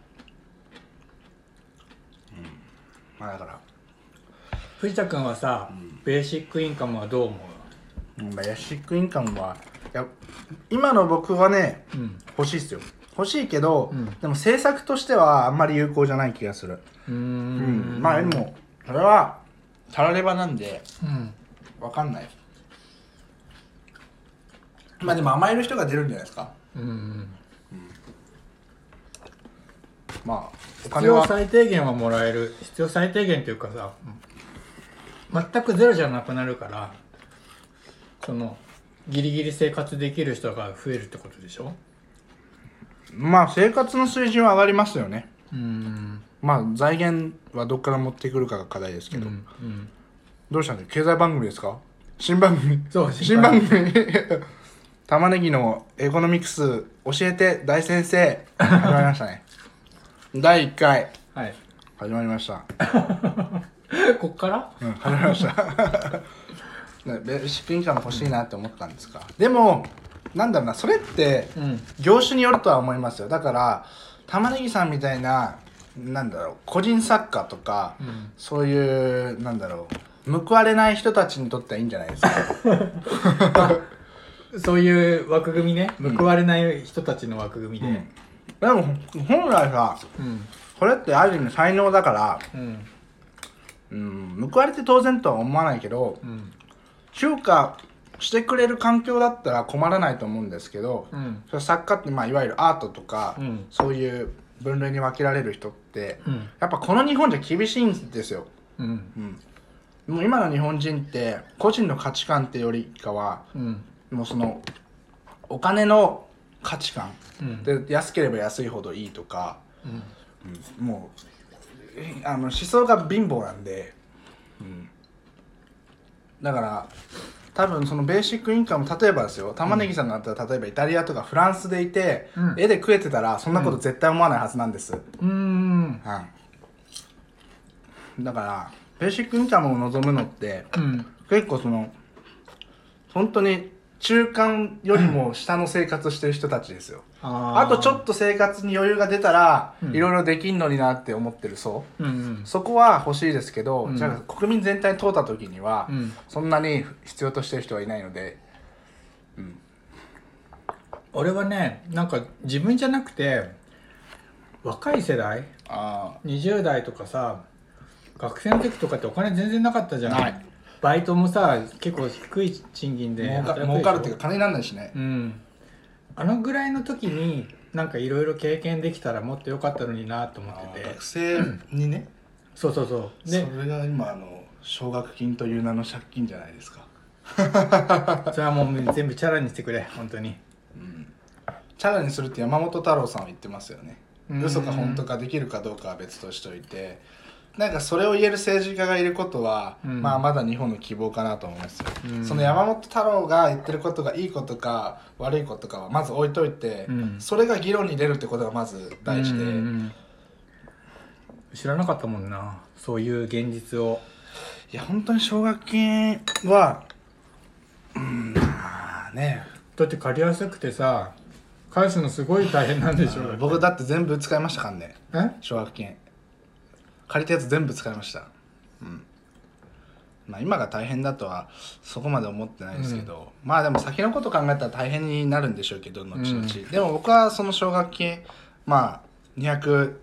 Speaker 2: うん、まあだから
Speaker 1: 藤田君はさ、ベーシックインカムはどう思
Speaker 2: うんベーシックインカムはいや今の僕はね
Speaker 1: ううん
Speaker 2: 欲しいですよ欲しいけど、
Speaker 1: うん
Speaker 2: でも政策としてはあんまり有効じゃない気がする
Speaker 1: うー
Speaker 2: うんまあでもそれはたらればなんで
Speaker 1: うん
Speaker 2: わかんないまあでも甘える人が出るんじゃないですか
Speaker 1: うん
Speaker 2: まあお
Speaker 1: 必
Speaker 2: 金
Speaker 1: 要
Speaker 2: は
Speaker 1: 最低限はもらえる必要最低限というかさうん全くゼロじゃなくなるからそのギリギリ生活できる人が増えるってことでしょ
Speaker 2: まあ生活の水準は上がりますよね
Speaker 1: うーん
Speaker 2: まあ財源はどっから持ってくるかが課題ですけ
Speaker 1: うん
Speaker 2: ど、
Speaker 1: うん
Speaker 2: どうしたんですか経済番組ですか新番組
Speaker 1: そう
Speaker 2: 新番組 (laughs) 玉ねぎのエコノミクス教えて大先生始まりました (laughs) ね第1回
Speaker 1: はい
Speaker 2: 始まりました、
Speaker 1: こっから
Speaker 2: うん、始まりましたねベーシックインカム欲しいなって思ったんですかでもなんだろうなそれって
Speaker 1: うん
Speaker 2: 業種によるとは思いますよだから玉ねぎさんみたいななんだろう個人作家とか、
Speaker 1: ん
Speaker 2: そういうなんだろう報われない人たちにとってはいいんじゃないですか
Speaker 1: そういう枠組みね報われない人たちの枠組みで
Speaker 2: でも本来さ
Speaker 1: うん
Speaker 2: これってある意味才能だから、
Speaker 1: うん
Speaker 2: うん、報われて当然とは思わないけど
Speaker 1: うん
Speaker 2: 評価してくれる環境だったら困らないと思うんですけど、
Speaker 1: うん
Speaker 2: それ作家って、まあ、いわゆるアートとか、
Speaker 1: うん
Speaker 2: そういう分類に分けられる人って、
Speaker 1: うん
Speaker 2: やっぱこの日本じゃ厳しいんですよ。
Speaker 1: うん
Speaker 2: うん、もう今の日本人って個人の価値観ってよりかは
Speaker 1: うん
Speaker 2: もうそのお金の価値観
Speaker 1: うん
Speaker 2: で安ければ安いほどいいとか、
Speaker 1: うん
Speaker 2: うんもうえあの思想が貧乏なんで、うんだから多分そのベーシックインカム例えばですよ玉ねぎさんだったら例えばイタリアとかフランスでいて、
Speaker 1: うん
Speaker 2: 絵で食えてたらそんなこと絶対思わないはずなんです、
Speaker 1: うーん
Speaker 2: うん、だからベーシックインカムを望むのって
Speaker 1: うん
Speaker 2: 結構その本当に中間よりも下の生活してる人たちですよ、
Speaker 1: あ
Speaker 2: あとちょ
Speaker 1: と
Speaker 2: っと生活に余裕が出たら
Speaker 1: うん
Speaker 2: いろいろできんのになって思ってる層、
Speaker 1: うんうん
Speaker 2: そこは欲しいですけど、
Speaker 1: うん
Speaker 2: じゃあ国民全体に通った時には、
Speaker 1: うん
Speaker 2: そんなに必要としてる人はいないので
Speaker 1: 俺はねなんか自分じゃなくて若い世代
Speaker 2: あ
Speaker 1: 20代とかさ学生の時とかってお金全然なかったじゃん
Speaker 2: ない
Speaker 1: バイトもさ結構低い賃金で
Speaker 2: 儲か
Speaker 1: 働くでしょ
Speaker 2: 儲かるっていうか金になんないしね
Speaker 1: うんあのぐらいの時になんかいろいろ経験できたらもっと良かったのになと思ってて
Speaker 2: 生にね、
Speaker 1: そうそうそうで
Speaker 2: れが今あの奨学金という名の借金じゃないですか
Speaker 1: それはもう全部チャラにしてくれ本当に
Speaker 2: チャラにするって山本太郎さんは言ってますよね
Speaker 1: うん
Speaker 2: 嘘か本当かできるかどうかは別としておいてなんかそれを言える政治家がいることは、
Speaker 1: うん
Speaker 2: まあまだ日本の希望かなと思いますよ、
Speaker 1: うん
Speaker 2: その山本太郎が言ってることがいいことか悪いことかはまず置いといて、
Speaker 1: うん
Speaker 2: それが議論に出るってことがまず大事で、
Speaker 1: うんうんうん知らなかったもんなそういう現実を
Speaker 2: いや本当に奨学金はうんまあね
Speaker 1: だって借りやすくてさ返すのすごい大変なんでしょう
Speaker 2: 僕だって全部使いましたからね
Speaker 1: え
Speaker 2: 奨学金借りたやつ全部使いましたうんまあ今が大変だとはそこまで思ってないですけど、まあでも先のこと考えたら大変になるんでしょうけど後々、
Speaker 1: うん
Speaker 2: でも僕はその奨学金まあ200200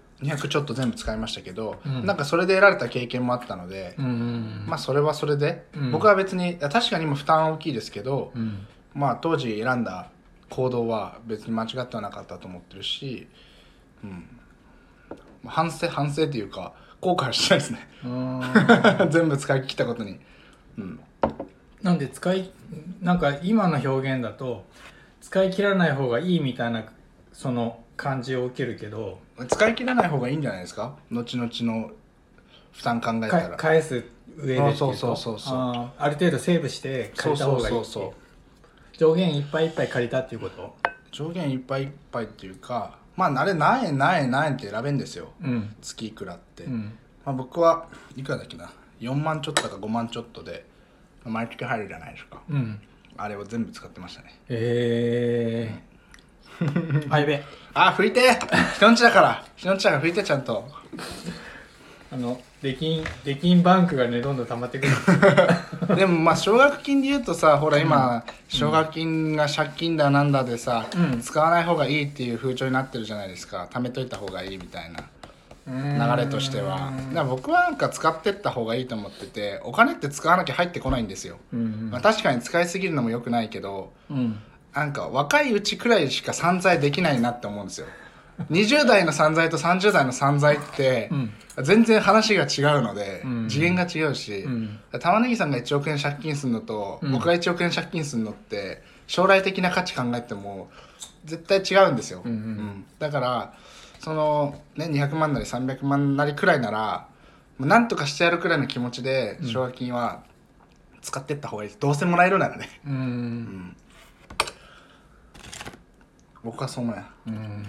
Speaker 2: ちょっと全部使いましたけど、
Speaker 1: うん
Speaker 2: なんかそれで得られた経験もあったので、
Speaker 1: うんうん
Speaker 2: まあそれはそれで、
Speaker 1: うん
Speaker 2: 僕は別にいや確かに今負担は大きいですけど、
Speaker 1: うん
Speaker 2: まあ当時選んだ行動は別に間違ってはなかったと思ってるし、うん、反省反省というか後悔はしてないですね (laughs)
Speaker 1: うーん
Speaker 2: 全部使い切ったことに、うん、
Speaker 1: なんで使いなんか今の表現だと使い切らない方がいいみたいなその感じを受けるけど
Speaker 2: 使い切らない方がいいんじゃないですか後々の負担考えた
Speaker 1: から返す上でってい
Speaker 2: そうそうそうそう
Speaker 1: あーある程度セーブして借
Speaker 2: そう
Speaker 1: りた
Speaker 2: そ
Speaker 1: 方
Speaker 2: う
Speaker 1: がいい
Speaker 2: そう
Speaker 1: って
Speaker 2: そう
Speaker 1: 上限いっぱいいっぱい借りたっていうこと
Speaker 2: 上限いっぱいいっぱいっていうかまああれ何円何円何円って選べんですよ
Speaker 1: うん
Speaker 2: 月いくらって、
Speaker 1: うん
Speaker 2: まあ、僕はいくらだっけな4万ちょっとか5万ちょっとで毎月入るじゃないですか
Speaker 1: うん
Speaker 2: あれを全部使ってましたね
Speaker 1: えー、あやべ
Speaker 2: あ拭いて人んちだから人んちだから拭いてちゃんと
Speaker 1: あの出禁出禁バンクがねどんどん溜まってくる
Speaker 2: でもまあ奨学金で言うとさほら今奨学金が借金だなんだでさ、
Speaker 1: うん
Speaker 2: 使わない方がいいっていう風潮になってるじゃないですか貯めといた方がいいみたいな
Speaker 1: うーん
Speaker 2: 流れとしてはだから僕はなんか使ってった方がいいと思っててお金って使わなきゃ入ってこないんですよ、
Speaker 1: うん
Speaker 2: まあ、確かに使いすぎるのも良くないけど
Speaker 1: (laughs) うん
Speaker 2: なんか若いうちくらいしか散財できないなって思うんですよ20代の散財と30代の散財って、
Speaker 1: うん
Speaker 2: 全然話が違うので、
Speaker 1: ん
Speaker 2: 次元が違うし、
Speaker 1: ん
Speaker 2: 玉ねぎさんが1億円借金するのと、
Speaker 1: うん
Speaker 2: 僕が1億円借金するのって将来的な価値考えても絶対違うんですよ、
Speaker 1: うんうん
Speaker 2: だからその、ね、200万なり300万なりくらいならもうなんとかしてやるくらいの気持ちで奨学金は使ってった方がいい、どうせもらえるならね
Speaker 1: うんうん
Speaker 2: 僕はそう思うや、
Speaker 1: うん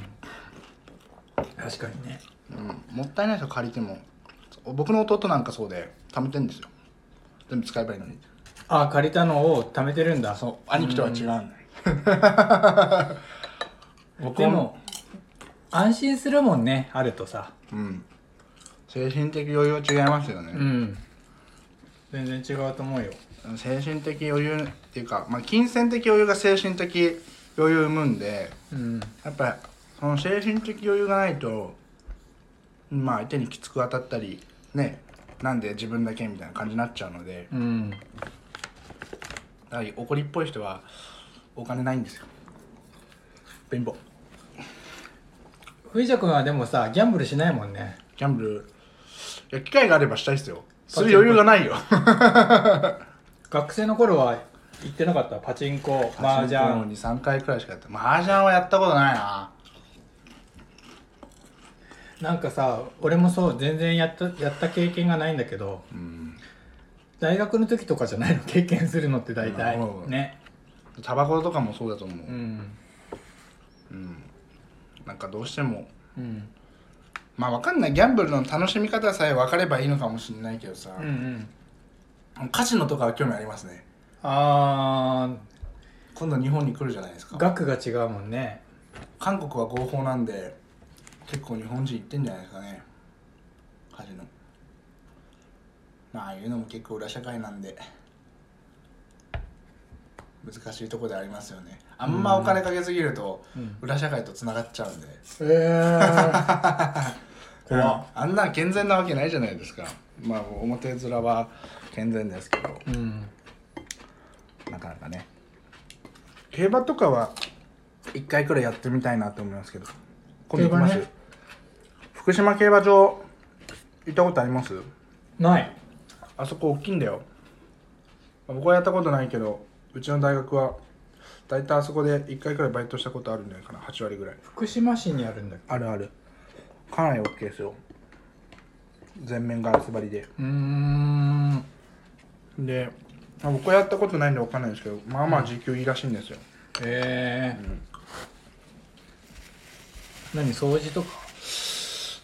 Speaker 1: 確かにね
Speaker 2: うん、もったいないですよ借りても僕の弟なんかそうで貯めてんですよ全部使えばいいのに
Speaker 1: あ借りたのを貯めてるんだ
Speaker 2: そう兄貴とは違うんだよ、僕
Speaker 1: で
Speaker 2: は
Speaker 1: も安心するもんねあるとさ
Speaker 2: うん、精神的余裕は違いますよ
Speaker 1: う
Speaker 2: ね、
Speaker 1: ん全然違うと思うよ
Speaker 2: 精神的余裕っていうか、まあ、金銭的余裕が精神的余裕を生むんで
Speaker 1: うん
Speaker 2: やっぱりその精神的余裕がないとまあ相手にきつく当たったりねなんで自分だけみたいな感じになっちゃうので
Speaker 1: うん
Speaker 2: だから怒りっぽい人はお金ないんですよ貧乏
Speaker 1: 藤田君はでもさギャンブルしないもんね
Speaker 2: ギャンブルいや機会があればしたいですよする余裕がないよ
Speaker 1: 学生の頃は行ってなかったパチンコ (laughs) 麻雀
Speaker 2: に3回くらいしかやって麻雀はやったことないな
Speaker 1: なんかさ俺もそう全然やったやった経験がないんだけど、大学の時とかじゃないの (laughs) 経験するのって大体
Speaker 2: うん
Speaker 1: ね
Speaker 2: タバコとかもそうだと思う、
Speaker 1: うん
Speaker 2: なんかどうしても
Speaker 1: うん
Speaker 2: まあわかんないギャンブルの楽しみ方さえ分かればいいのかもしれないけどさ
Speaker 1: うんう、ん
Speaker 2: カジノとかは興味ありますね
Speaker 1: あ
Speaker 2: 今度日本に来るじゃないです
Speaker 1: ー
Speaker 2: か
Speaker 1: 額が違うもんね
Speaker 2: 韓国は合法なんで結構日本人行ってんじゃないですかねカジノまあああいうのも結構裏社会なんで難しいとこでありますよねあんまお金かけすぎると
Speaker 1: うん
Speaker 2: 裏社会とつながっちゃうんで、
Speaker 1: えー、 (laughs) 怖っ
Speaker 2: あんな健全なわけないじゃないですかまあ表面は健全ですけど
Speaker 1: うん
Speaker 2: なかなかね競馬とかは一回くらいやってみたいなと思いますけど今度行きます、
Speaker 1: 競馬ね
Speaker 2: 福島競馬場行ったことあります
Speaker 1: ない
Speaker 2: あそこ大きいんだよ僕はやったことないけどうちの大学は大体あそこで一回くらいバイトしたことあるんじゃないかな8割ぐらい
Speaker 1: 福島市にあるんだっけ
Speaker 2: あるあるかなり大きいですよ全面ガラス張りで
Speaker 1: うーん
Speaker 2: でまあ僕はやったことないんで分かんないですけどまあまあ時給いいらしいんですよ、
Speaker 1: えー何掃除とか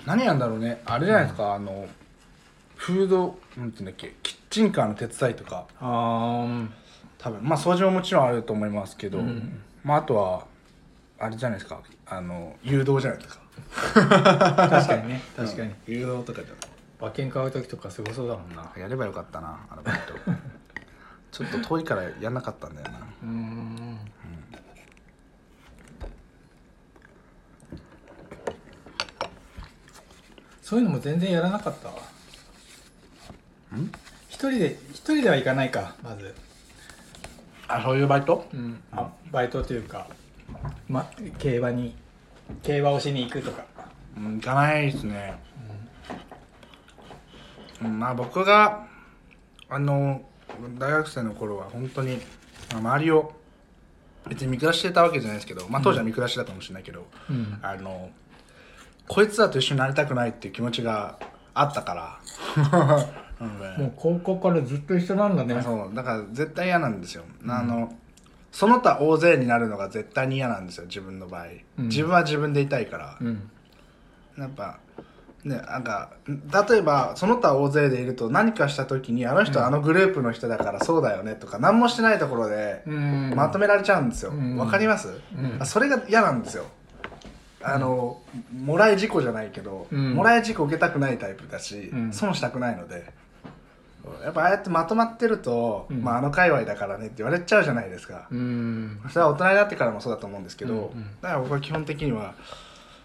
Speaker 2: 何やんだろうねあれじゃないですか、あのフードなんていうんだっけキッチンカーの手伝いとか
Speaker 1: あー
Speaker 2: 多分まあ掃除ももちろんあると思いますけど、
Speaker 1: ん
Speaker 2: まああとはあれじゃないですかあの誘導じゃないですか
Speaker 1: 確かに (laughs) ね確かに、
Speaker 2: うん誘導とかじゃ
Speaker 1: 馬券買う時とかすごそうだもんな
Speaker 2: やればよかったなあのバイ (laughs) トちょっと遠いからやんなかったんだよな
Speaker 1: うーんそういうのも全然やらなかったわ一人で一人ではいかないかまず、
Speaker 2: あそういうバイト
Speaker 1: うん、あバイトというか、ま、競馬に競馬をしに行くとか
Speaker 2: うん、行かないですね、うんまあ僕があの大学生の頃は本当にまあ周りを別に見下してたわけじゃないですけど、まあ、当時は見下してたかもしれないけど、
Speaker 1: うん
Speaker 2: あのこいつらと一緒になりたくないっていう気持ちがあっ
Speaker 1: (laughs)
Speaker 2: たからうん
Speaker 1: もう高校からずっと一緒なんだね
Speaker 2: そうだから絶対嫌なんですよ、あのその他大勢になるのが絶対に嫌なんですよ自分の場合、
Speaker 1: うん
Speaker 2: 自分は自分でいたいから、
Speaker 1: うん
Speaker 2: やっぱねなんか例えばその他大勢でいると何かした時にあの人はあのグループの人だからそうだよねとか何もしてないところで
Speaker 1: うん
Speaker 2: まとめられちゃうんですよ
Speaker 1: うん
Speaker 2: わかります、
Speaker 1: うん
Speaker 2: それが嫌なんですよあのもらい事故じゃないけど、
Speaker 1: うん
Speaker 2: もらい事故受けたくないタイプだし、
Speaker 1: うん
Speaker 2: 損したくないのでやっぱああやってまとまってると、
Speaker 1: うん
Speaker 2: まあ、あの界隈だからねって言われちゃうじゃないですか、
Speaker 1: うん
Speaker 2: それは大人になってからもそうだと思うんですけど、
Speaker 1: うんうん
Speaker 2: だから僕は基本的には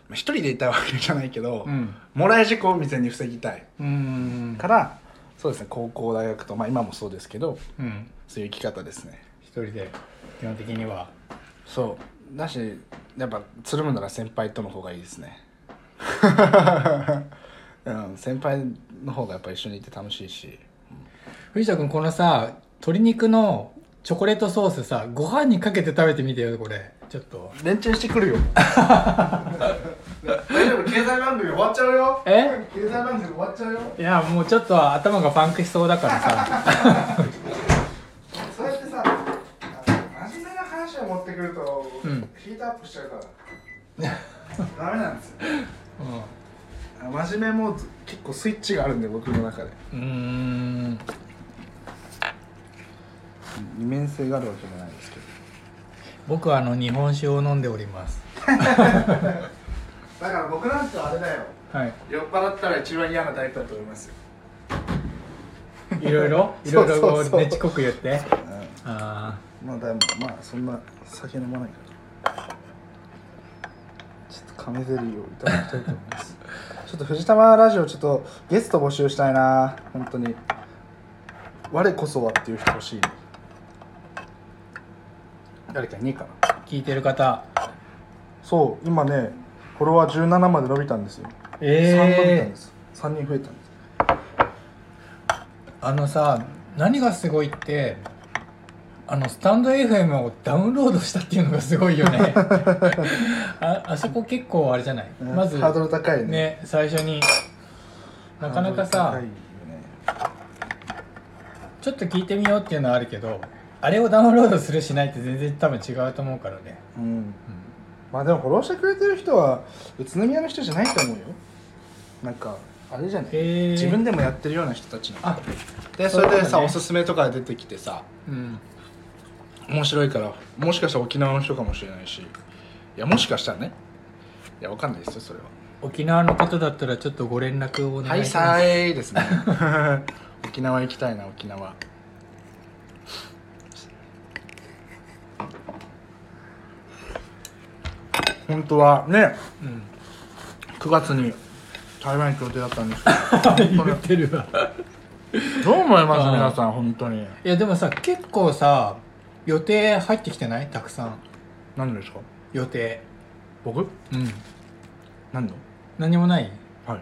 Speaker 2: まあ一人でいたいわけじゃないけど、
Speaker 1: うん
Speaker 2: もらい事故を未然に防ぎたい
Speaker 1: うん
Speaker 2: から、そうですね高校大学と、まあ、今もそうですけど
Speaker 1: うん
Speaker 2: そういう生き方ですね
Speaker 1: 一人で基本的には
Speaker 2: そうだしやっぱつるむなら先輩との方がいいですね (laughs) うん、先輩の方がやっぱ一緒にいて楽しいし
Speaker 1: 藤田君このさ鶏肉のチョコレートソースさご飯にかけて食べてみてよこれちょっと
Speaker 2: 連中してくるよ大丈夫経済番組終わっちゃうよ
Speaker 1: え
Speaker 2: 経済番組終わっちゃうよ
Speaker 1: いやもうちょっと頭がパンクしそうだからさ
Speaker 2: そうやってさあの真面目な話を持ってくると、
Speaker 1: うん
Speaker 2: ヒートアップしちゃうから (laughs) ダメなんですよあ真面目も結構スイッチがあるんで僕の中で
Speaker 1: うんうーん
Speaker 2: 二面性があるわけじゃないですけど
Speaker 1: 僕はあの日本酒を飲んでおります
Speaker 2: だから僕なんてあれだよ
Speaker 1: はい
Speaker 2: 酔っ払ったら一番嫌なタイプだと思いますよ、
Speaker 1: いろい (laughs) ろいろいろこうねちこく言って
Speaker 2: う
Speaker 1: あ
Speaker 2: ん、まあでもまあそんな酒飲まないからちょっと亀ゼリーをいただきたいと思いますちょっと藤玉ラジオちょっとゲスト募集したいな本当に我こそはっていう人欲しい誰かいねえかな
Speaker 1: あ聞いてる方
Speaker 2: そう今ねフォロワー17まで伸びたんですよ、3伸びたん
Speaker 1: ええ
Speaker 2: です3人増えたんです
Speaker 1: あのさ何がすごいってあのスタンド FM をダウンロードしたっていうのがすごいよ
Speaker 2: (laughs)
Speaker 1: ねああそこ結構あれじゃない、
Speaker 2: うん
Speaker 1: まず
Speaker 2: ハードル高いね
Speaker 1: ね最初になかなかさ
Speaker 2: ハードル高いよね
Speaker 1: ちょっと聞いてみようっていうのはあるけどあれをダウンロードするしないって全然多分違うと思うからね、
Speaker 2: うん
Speaker 1: う
Speaker 2: まあでもフォローしてくれてる人は宇都宮の人じゃないと思うよなんかあれじゃない、
Speaker 1: へえ
Speaker 2: 自分でもやってるような人たちなの
Speaker 1: あ
Speaker 2: でそ
Speaker 1: そういうこと
Speaker 2: れ
Speaker 1: ね
Speaker 2: でさ、おすすめとか出てきてさ
Speaker 1: うん
Speaker 2: 面白いからもしかしたら沖縄の人かもしれないしいやもしかしたらねいやわかんないですよそれは
Speaker 1: 沖縄の方だったらちょっとご連絡をお
Speaker 2: は
Speaker 1: 願い
Speaker 2: い
Speaker 1: し
Speaker 2: さ
Speaker 1: ます、
Speaker 2: ー
Speaker 1: (laughs)
Speaker 2: いですね沖縄行きたいな沖縄本当はね
Speaker 1: うん、
Speaker 2: 9月に台湾行く予定だったんですけ
Speaker 1: 言ってるわ
Speaker 2: どどう思いま
Speaker 1: (laughs)
Speaker 2: す
Speaker 1: あー
Speaker 2: 皆さん本当に
Speaker 1: いやでもさ結構さ予定入ってきてないたくさん
Speaker 2: 何ですか
Speaker 1: 予定
Speaker 2: 僕
Speaker 1: うん
Speaker 2: 何の
Speaker 1: 何もない (laughs)
Speaker 2: はい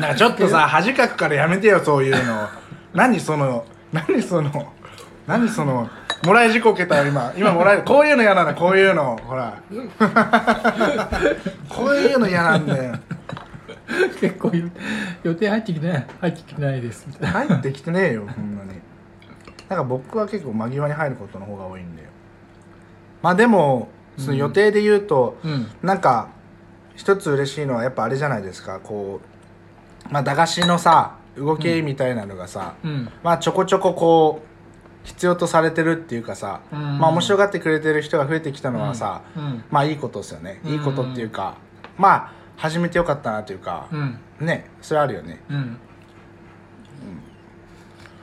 Speaker 2: なんかちょっとさ恥かくからやめてよそういうの何その何その何そのもらい事故受けたよ今今もらえこういうの嫌なのこういうのほら (laughs) こういうの嫌なんだよ
Speaker 1: 結構予予定入ってきてない入ってきてないですみたいな
Speaker 2: 入ってきてねえよほんまになんか僕は結構間際に入ることの方が多いんだよまあでもその予定で言うと、
Speaker 1: うん
Speaker 2: なんか一つ嬉しいのはやっぱあれじゃないですかこう、まあ、駄菓子のさ動きみたいなのがさ、
Speaker 1: うん
Speaker 2: まあちょこちょここう必要とされてるっていうかさ、
Speaker 1: うん
Speaker 2: まあ面白がってくれてる人が増えてきたのはさ、
Speaker 1: うん
Speaker 2: まあいいことですよねいいことっていうか、まあ始めてよかったなというか
Speaker 1: う、ん
Speaker 2: ねそれあるよね
Speaker 1: うん、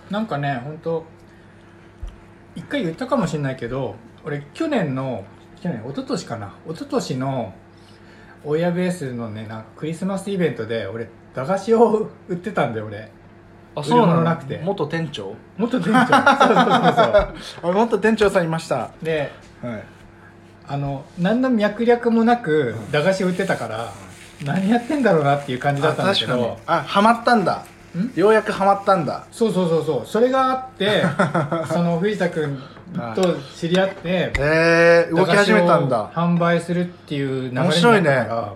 Speaker 1: なんかね本当一回言ったかもしれないけど俺去年の去年一昨年かな一昨年の親ベースのねなんかクリスマスイベントで俺駄菓子を売ってたんだよ俺
Speaker 2: あ
Speaker 1: そうなの
Speaker 2: 元店長
Speaker 1: 元店長そうそうそうそ
Speaker 2: (laughs) あ元店長さんいました
Speaker 1: うで
Speaker 2: はい
Speaker 1: あの何の脈略もなく駄菓子売ってたから、何やってんだろうなっていう感じだったんだけ
Speaker 2: あ
Speaker 1: ど
Speaker 2: あハマったんだ
Speaker 1: ん
Speaker 2: ようやくハマったんだ
Speaker 1: そうそうそうそうそれがあって
Speaker 2: (laughs)
Speaker 1: その藤田君と知り合って
Speaker 2: へえ動き始めた
Speaker 1: 駄
Speaker 2: ん
Speaker 1: 菓
Speaker 2: だ
Speaker 1: 子を販売するっていう流れになっ
Speaker 2: 面
Speaker 1: た
Speaker 2: 白いね
Speaker 1: から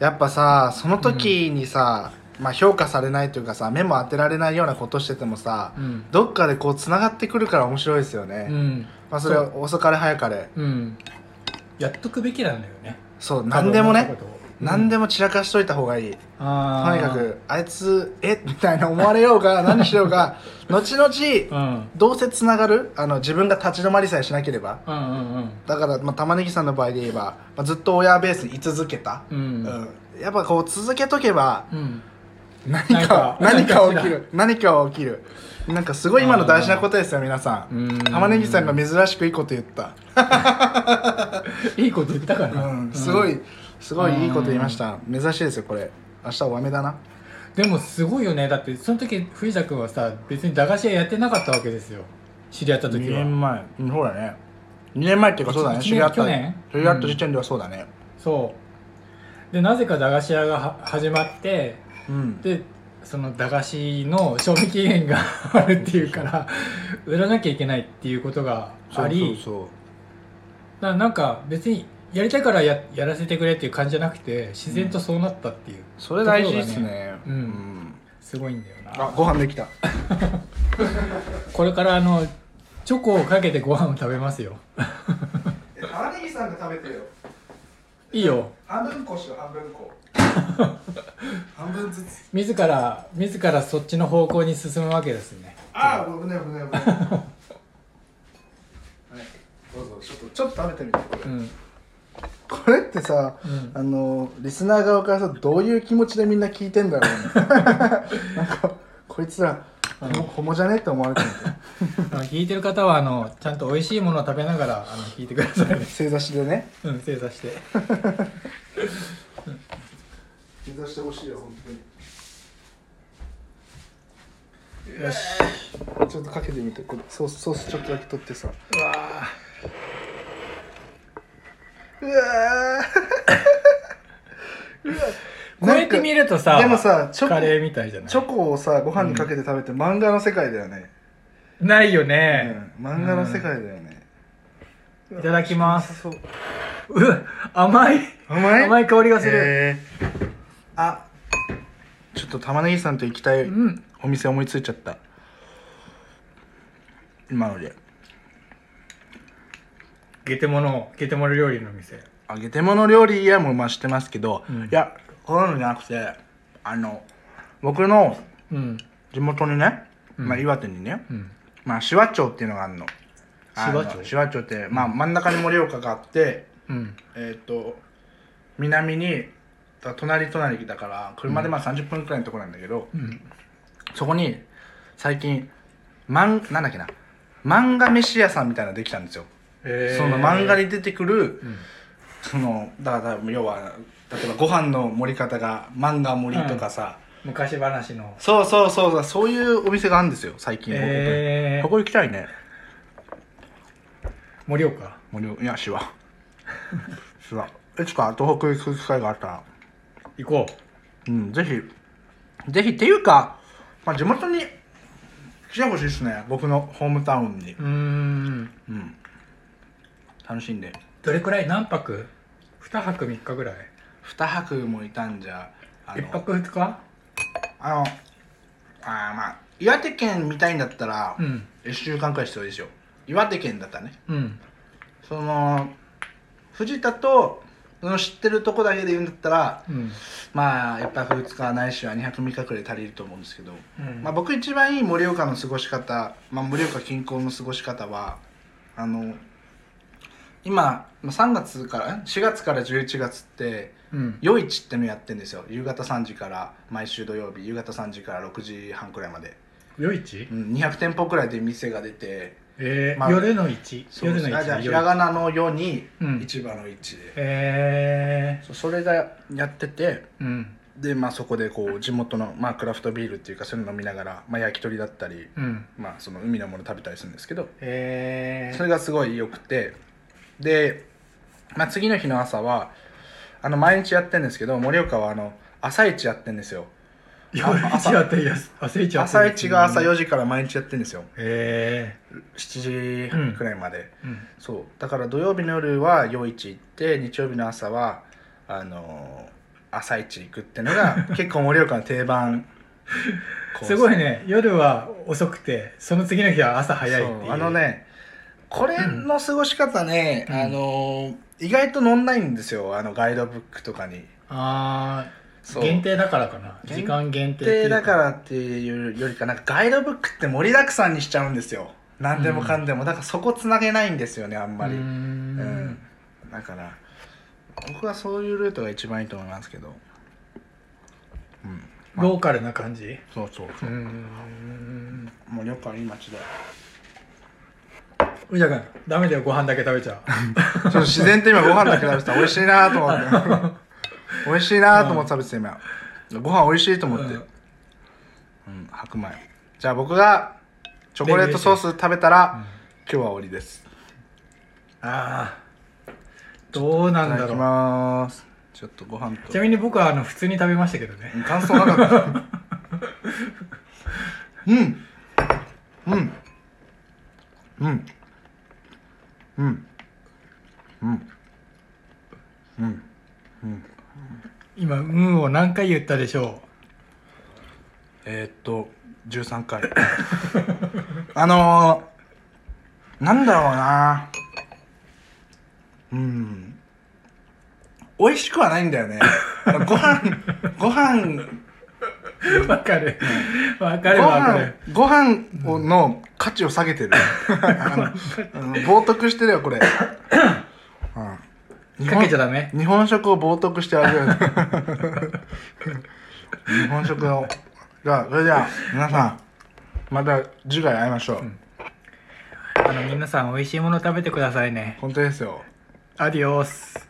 Speaker 2: やっぱさその時にさ、まあ、評価されないというかさ目も当てられないようなことしててもさ、
Speaker 1: うん
Speaker 2: どっかでこうつながってくるから面白いですよね、
Speaker 1: うん
Speaker 2: まあ、それは遅かれ早かれ
Speaker 1: うんやっとくべきなんだよね
Speaker 2: そう何でもね何で
Speaker 1: も
Speaker 2: も散らかしといた方がいい、と
Speaker 1: とに
Speaker 2: にかくあいつえみたいな思われようが何しよ
Speaker 1: (laughs)
Speaker 2: うが後
Speaker 1: う
Speaker 2: 々
Speaker 1: ん
Speaker 2: どうせつながるあの自分が立ち止まりさえしなければ
Speaker 1: うんうん
Speaker 2: だから、まあ、玉ねぎさんの場合で言えば、まあ、ずっと親ベースに居続けた、
Speaker 1: うんうん
Speaker 2: うんやっぱこう続けとけば
Speaker 1: うん
Speaker 2: 何
Speaker 1: な
Speaker 2: か
Speaker 1: んか
Speaker 2: 何
Speaker 1: なん
Speaker 2: か
Speaker 1: かしら
Speaker 2: 起きる何かは起きるなんかすごい今の大事なことですよ皆さ
Speaker 1: うんん
Speaker 2: 玉ねぎさんが珍しくいいこと言った
Speaker 1: (laughs) いいこと言ったかな、
Speaker 2: うんすごいすごいいいこと言いました珍しいですよこれ明日お雨だな
Speaker 1: でもすごいよねだってその時藤田君はさ別に駄菓子屋やってなかったわけですよ知り合った時は
Speaker 2: 前そうだね2年前っていうかそうだね
Speaker 1: 一
Speaker 2: 知り合った
Speaker 1: 去年
Speaker 2: 知り合った時点ではそうだね
Speaker 1: そうでなぜか駄菓子屋がは始まって
Speaker 2: うん
Speaker 1: でその駄菓子の賞味期限が (laughs) あるっていうから売らなきゃいけないっていうことがあり
Speaker 2: そうそう
Speaker 1: ななんか別にやりたいからややらせてくれっていう感じじゃなくて自然とそうなったっていう、
Speaker 2: そうそれ大事ですね
Speaker 1: うん
Speaker 2: うん
Speaker 1: すごいんだよな
Speaker 2: あご飯できた
Speaker 1: これからあのチョコをかけてご飯を食べますよ
Speaker 2: 玉ねぎさんが食べてよ
Speaker 1: いいよ
Speaker 2: 半分こしよ半分こ半分ずつ
Speaker 1: 自ら自らそっちの方向に進むわけですね
Speaker 2: ああ、危ない危ない危ない。はい、どうぞ、ちょっと、ちょっと食べてみ
Speaker 1: う
Speaker 2: て。
Speaker 1: ん
Speaker 2: これってさ、
Speaker 1: うん
Speaker 2: あの、リスナー側からさ、どういう気持ちでみんな聞いてんだ (laughs) ろう、ね。なんか、こいつら、ホモホモじゃねって思われてる。
Speaker 1: あの弾いてる方はあのちゃんと美味しいものを食べながらあの弾いてください
Speaker 2: 正座してね。
Speaker 1: うん正座して
Speaker 2: 正座してほしいよ、本当に。
Speaker 1: よし
Speaker 2: ちょっとかけてみて、これソース、ソースちょっとだけ取ってさ。
Speaker 1: うわあ
Speaker 2: うわ (laughs)
Speaker 1: こうやって見るとさ
Speaker 2: ーでもさ、チョ
Speaker 1: カレー
Speaker 2: コ、
Speaker 1: みたいじゃない
Speaker 2: チョコをさ、ご飯にかけて食べて、漫画の世界だよね。
Speaker 1: ないよね、
Speaker 2: うん漫画の世界だよね、
Speaker 1: いただきます
Speaker 2: そう
Speaker 1: うわ甘い
Speaker 2: 甘い
Speaker 1: 甘い香りがする、
Speaker 2: へーあちょっと玉ねぎさんと行きたい
Speaker 1: うん
Speaker 2: おお店思いついちゃった今ので
Speaker 1: ゲテモノゲテモノ料理の店
Speaker 2: 揚げて物料理屋もまあ知ってますけど、
Speaker 1: うん
Speaker 2: いやこういうのじゃなくてあの僕の
Speaker 1: うん
Speaker 2: 地元にね、
Speaker 1: うん
Speaker 2: まあ、岩手にね、
Speaker 1: うん
Speaker 2: まあ、紫波町っていうのがあるのあの
Speaker 1: 紫波町
Speaker 2: 紫波町って、まあ、真ん中に盛岡があって
Speaker 1: うん
Speaker 2: えっ、と南にだ隣隣だから車でまあ30分くらいのところなんだけど、
Speaker 1: うん
Speaker 2: そこに最近マンなんだっけな漫画飯屋さんみたいなのできたんですよ、
Speaker 1: え
Speaker 2: その漫画
Speaker 1: に
Speaker 2: に出てくる、
Speaker 1: うん
Speaker 2: そのだから要は例えばご飯の盛り方が漫画盛りとかさ、
Speaker 1: 昔話の
Speaker 2: そうそうそうそうそういうお店があるんですよ最近ここ
Speaker 1: え
Speaker 2: ここ行きたいね
Speaker 1: 盛岡
Speaker 2: 盛岡いやし (laughs) わしわいつか東北行く機会があったら
Speaker 1: 行こ
Speaker 2: うんぜひぜひっていうか、まあ、地元に来てほしいですね僕のホームタウンに
Speaker 1: ううーん
Speaker 2: うん楽しんで
Speaker 1: どれくらい何泊2泊3日ぐらい
Speaker 2: 2泊もいたんじゃあ
Speaker 1: 1
Speaker 2: の
Speaker 1: 泊2日
Speaker 2: あのあーまあ岩手県見たいんだったら
Speaker 1: うん
Speaker 2: 1週間くらい必要ですよ岩手県だったらね
Speaker 1: うん
Speaker 2: その藤田とその知ってるとこだけで言うんだったら
Speaker 1: うん
Speaker 2: まあ1泊2日ないしは2泊3日くらい足りると思うんですけど、
Speaker 1: うん
Speaker 2: まあ、僕一番いい盛岡の過ごし方、まあ、盛岡近郊の過ごし方はあの今まあ3月からん4月から11月って
Speaker 1: うん
Speaker 2: 夜市ってのやってんですよ夕方3時から毎週土曜日夕方3時から6時半くらいまで、
Speaker 1: 夜市
Speaker 2: うん、200店舗くらいで店が出て
Speaker 1: えー
Speaker 2: まあ
Speaker 1: 夜の市
Speaker 2: そう
Speaker 1: 夜の市
Speaker 2: あじゃあひ
Speaker 1: 夜
Speaker 2: ら
Speaker 1: 市
Speaker 2: がなの「よ」に
Speaker 1: うん
Speaker 2: 市場の「市」で、
Speaker 1: え
Speaker 2: そうそれがやってて
Speaker 1: ーうん
Speaker 2: でまあそこでこう地元の、まあ、クラフトビールっていうかそういうの飲みながら、まあ、焼き鳥だったり、
Speaker 1: うん
Speaker 2: まあ、その海のもの食べたりするんですけど
Speaker 1: えー
Speaker 2: それがすごい良くてで、まあ、次の日の朝はあの毎日やってるんですけど盛岡はあの朝市やってるんですよ
Speaker 1: 夜市やってるやつ朝市やってる
Speaker 2: 朝市が朝4時から毎日やってるんですよ
Speaker 1: え
Speaker 2: 7時くらいまで、
Speaker 1: ーうん
Speaker 2: そうだから土曜日の夜は夜市行って日曜日の朝はあのー朝市行くって
Speaker 1: (laughs)
Speaker 2: のが結構盛岡の定番
Speaker 1: すご
Speaker 2: い
Speaker 1: いね夜は遅くてその次の日は朝早いっていう
Speaker 2: あのねこれの過ごし方ね、
Speaker 1: うん
Speaker 2: あのー意外と載んないんですよあのガイドブックとかに
Speaker 1: あ
Speaker 2: そ
Speaker 1: あ
Speaker 2: う
Speaker 1: 限定だからかな
Speaker 2: 限定
Speaker 1: 時間限定ってい
Speaker 2: で
Speaker 1: う
Speaker 2: だからっていうよりかなんかガイドブックって盛りだくさんにしちゃうんですよ何でもかんでも、だからそこつなげないんですよねあんまり
Speaker 1: うーん
Speaker 2: うんだから僕はそういうルートが一番いいと思いますけどうんまあ
Speaker 1: ローカルな感じ
Speaker 2: そうそう
Speaker 1: う
Speaker 2: そ
Speaker 1: ー
Speaker 2: うんもうよくあるいい街だよ
Speaker 1: うじゃくんダメだよご飯だけ食べちゃ
Speaker 2: ちょっと自然と今ご飯だけ食べてた美味しいなと
Speaker 1: (laughs)
Speaker 2: 思って美味しいなと思って食べてた今ご飯美味しいと
Speaker 1: う
Speaker 2: 思って、
Speaker 1: う
Speaker 2: うん
Speaker 1: ん
Speaker 2: 白米じゃあ僕がチョコレートソース食べたら今日は終わりです
Speaker 1: ああどうなん
Speaker 2: いた
Speaker 1: だ
Speaker 2: だき
Speaker 1: ろ
Speaker 2: ますちょっとご飯
Speaker 1: う
Speaker 2: と
Speaker 1: ちなみに僕はあの普通に食べましたけどね
Speaker 2: 感想なかったうんうんうんうんうんうん
Speaker 1: 今「うん」を何回言ったでしょ
Speaker 2: えー、っと13回 (laughs) あのー、なんだろうなうん美味しくはないんだよ
Speaker 1: (laughs)
Speaker 2: ねご飯ご飯
Speaker 1: うわかるわか
Speaker 2: ご
Speaker 1: るわか
Speaker 2: 飯
Speaker 1: る
Speaker 2: ご飯をの価値を下げてるあのあの冒涜してるよ
Speaker 1: (laughs)
Speaker 2: これ、うん、日
Speaker 1: か
Speaker 2: 本
Speaker 1: けちゃダメ
Speaker 2: 日本食を冒涜してあげる日本食をじゃあそれでは皆さんまた次回会いましょう、
Speaker 1: あの皆さん美味しいもの食べてくださいね
Speaker 2: 本当ですよ
Speaker 1: アディオス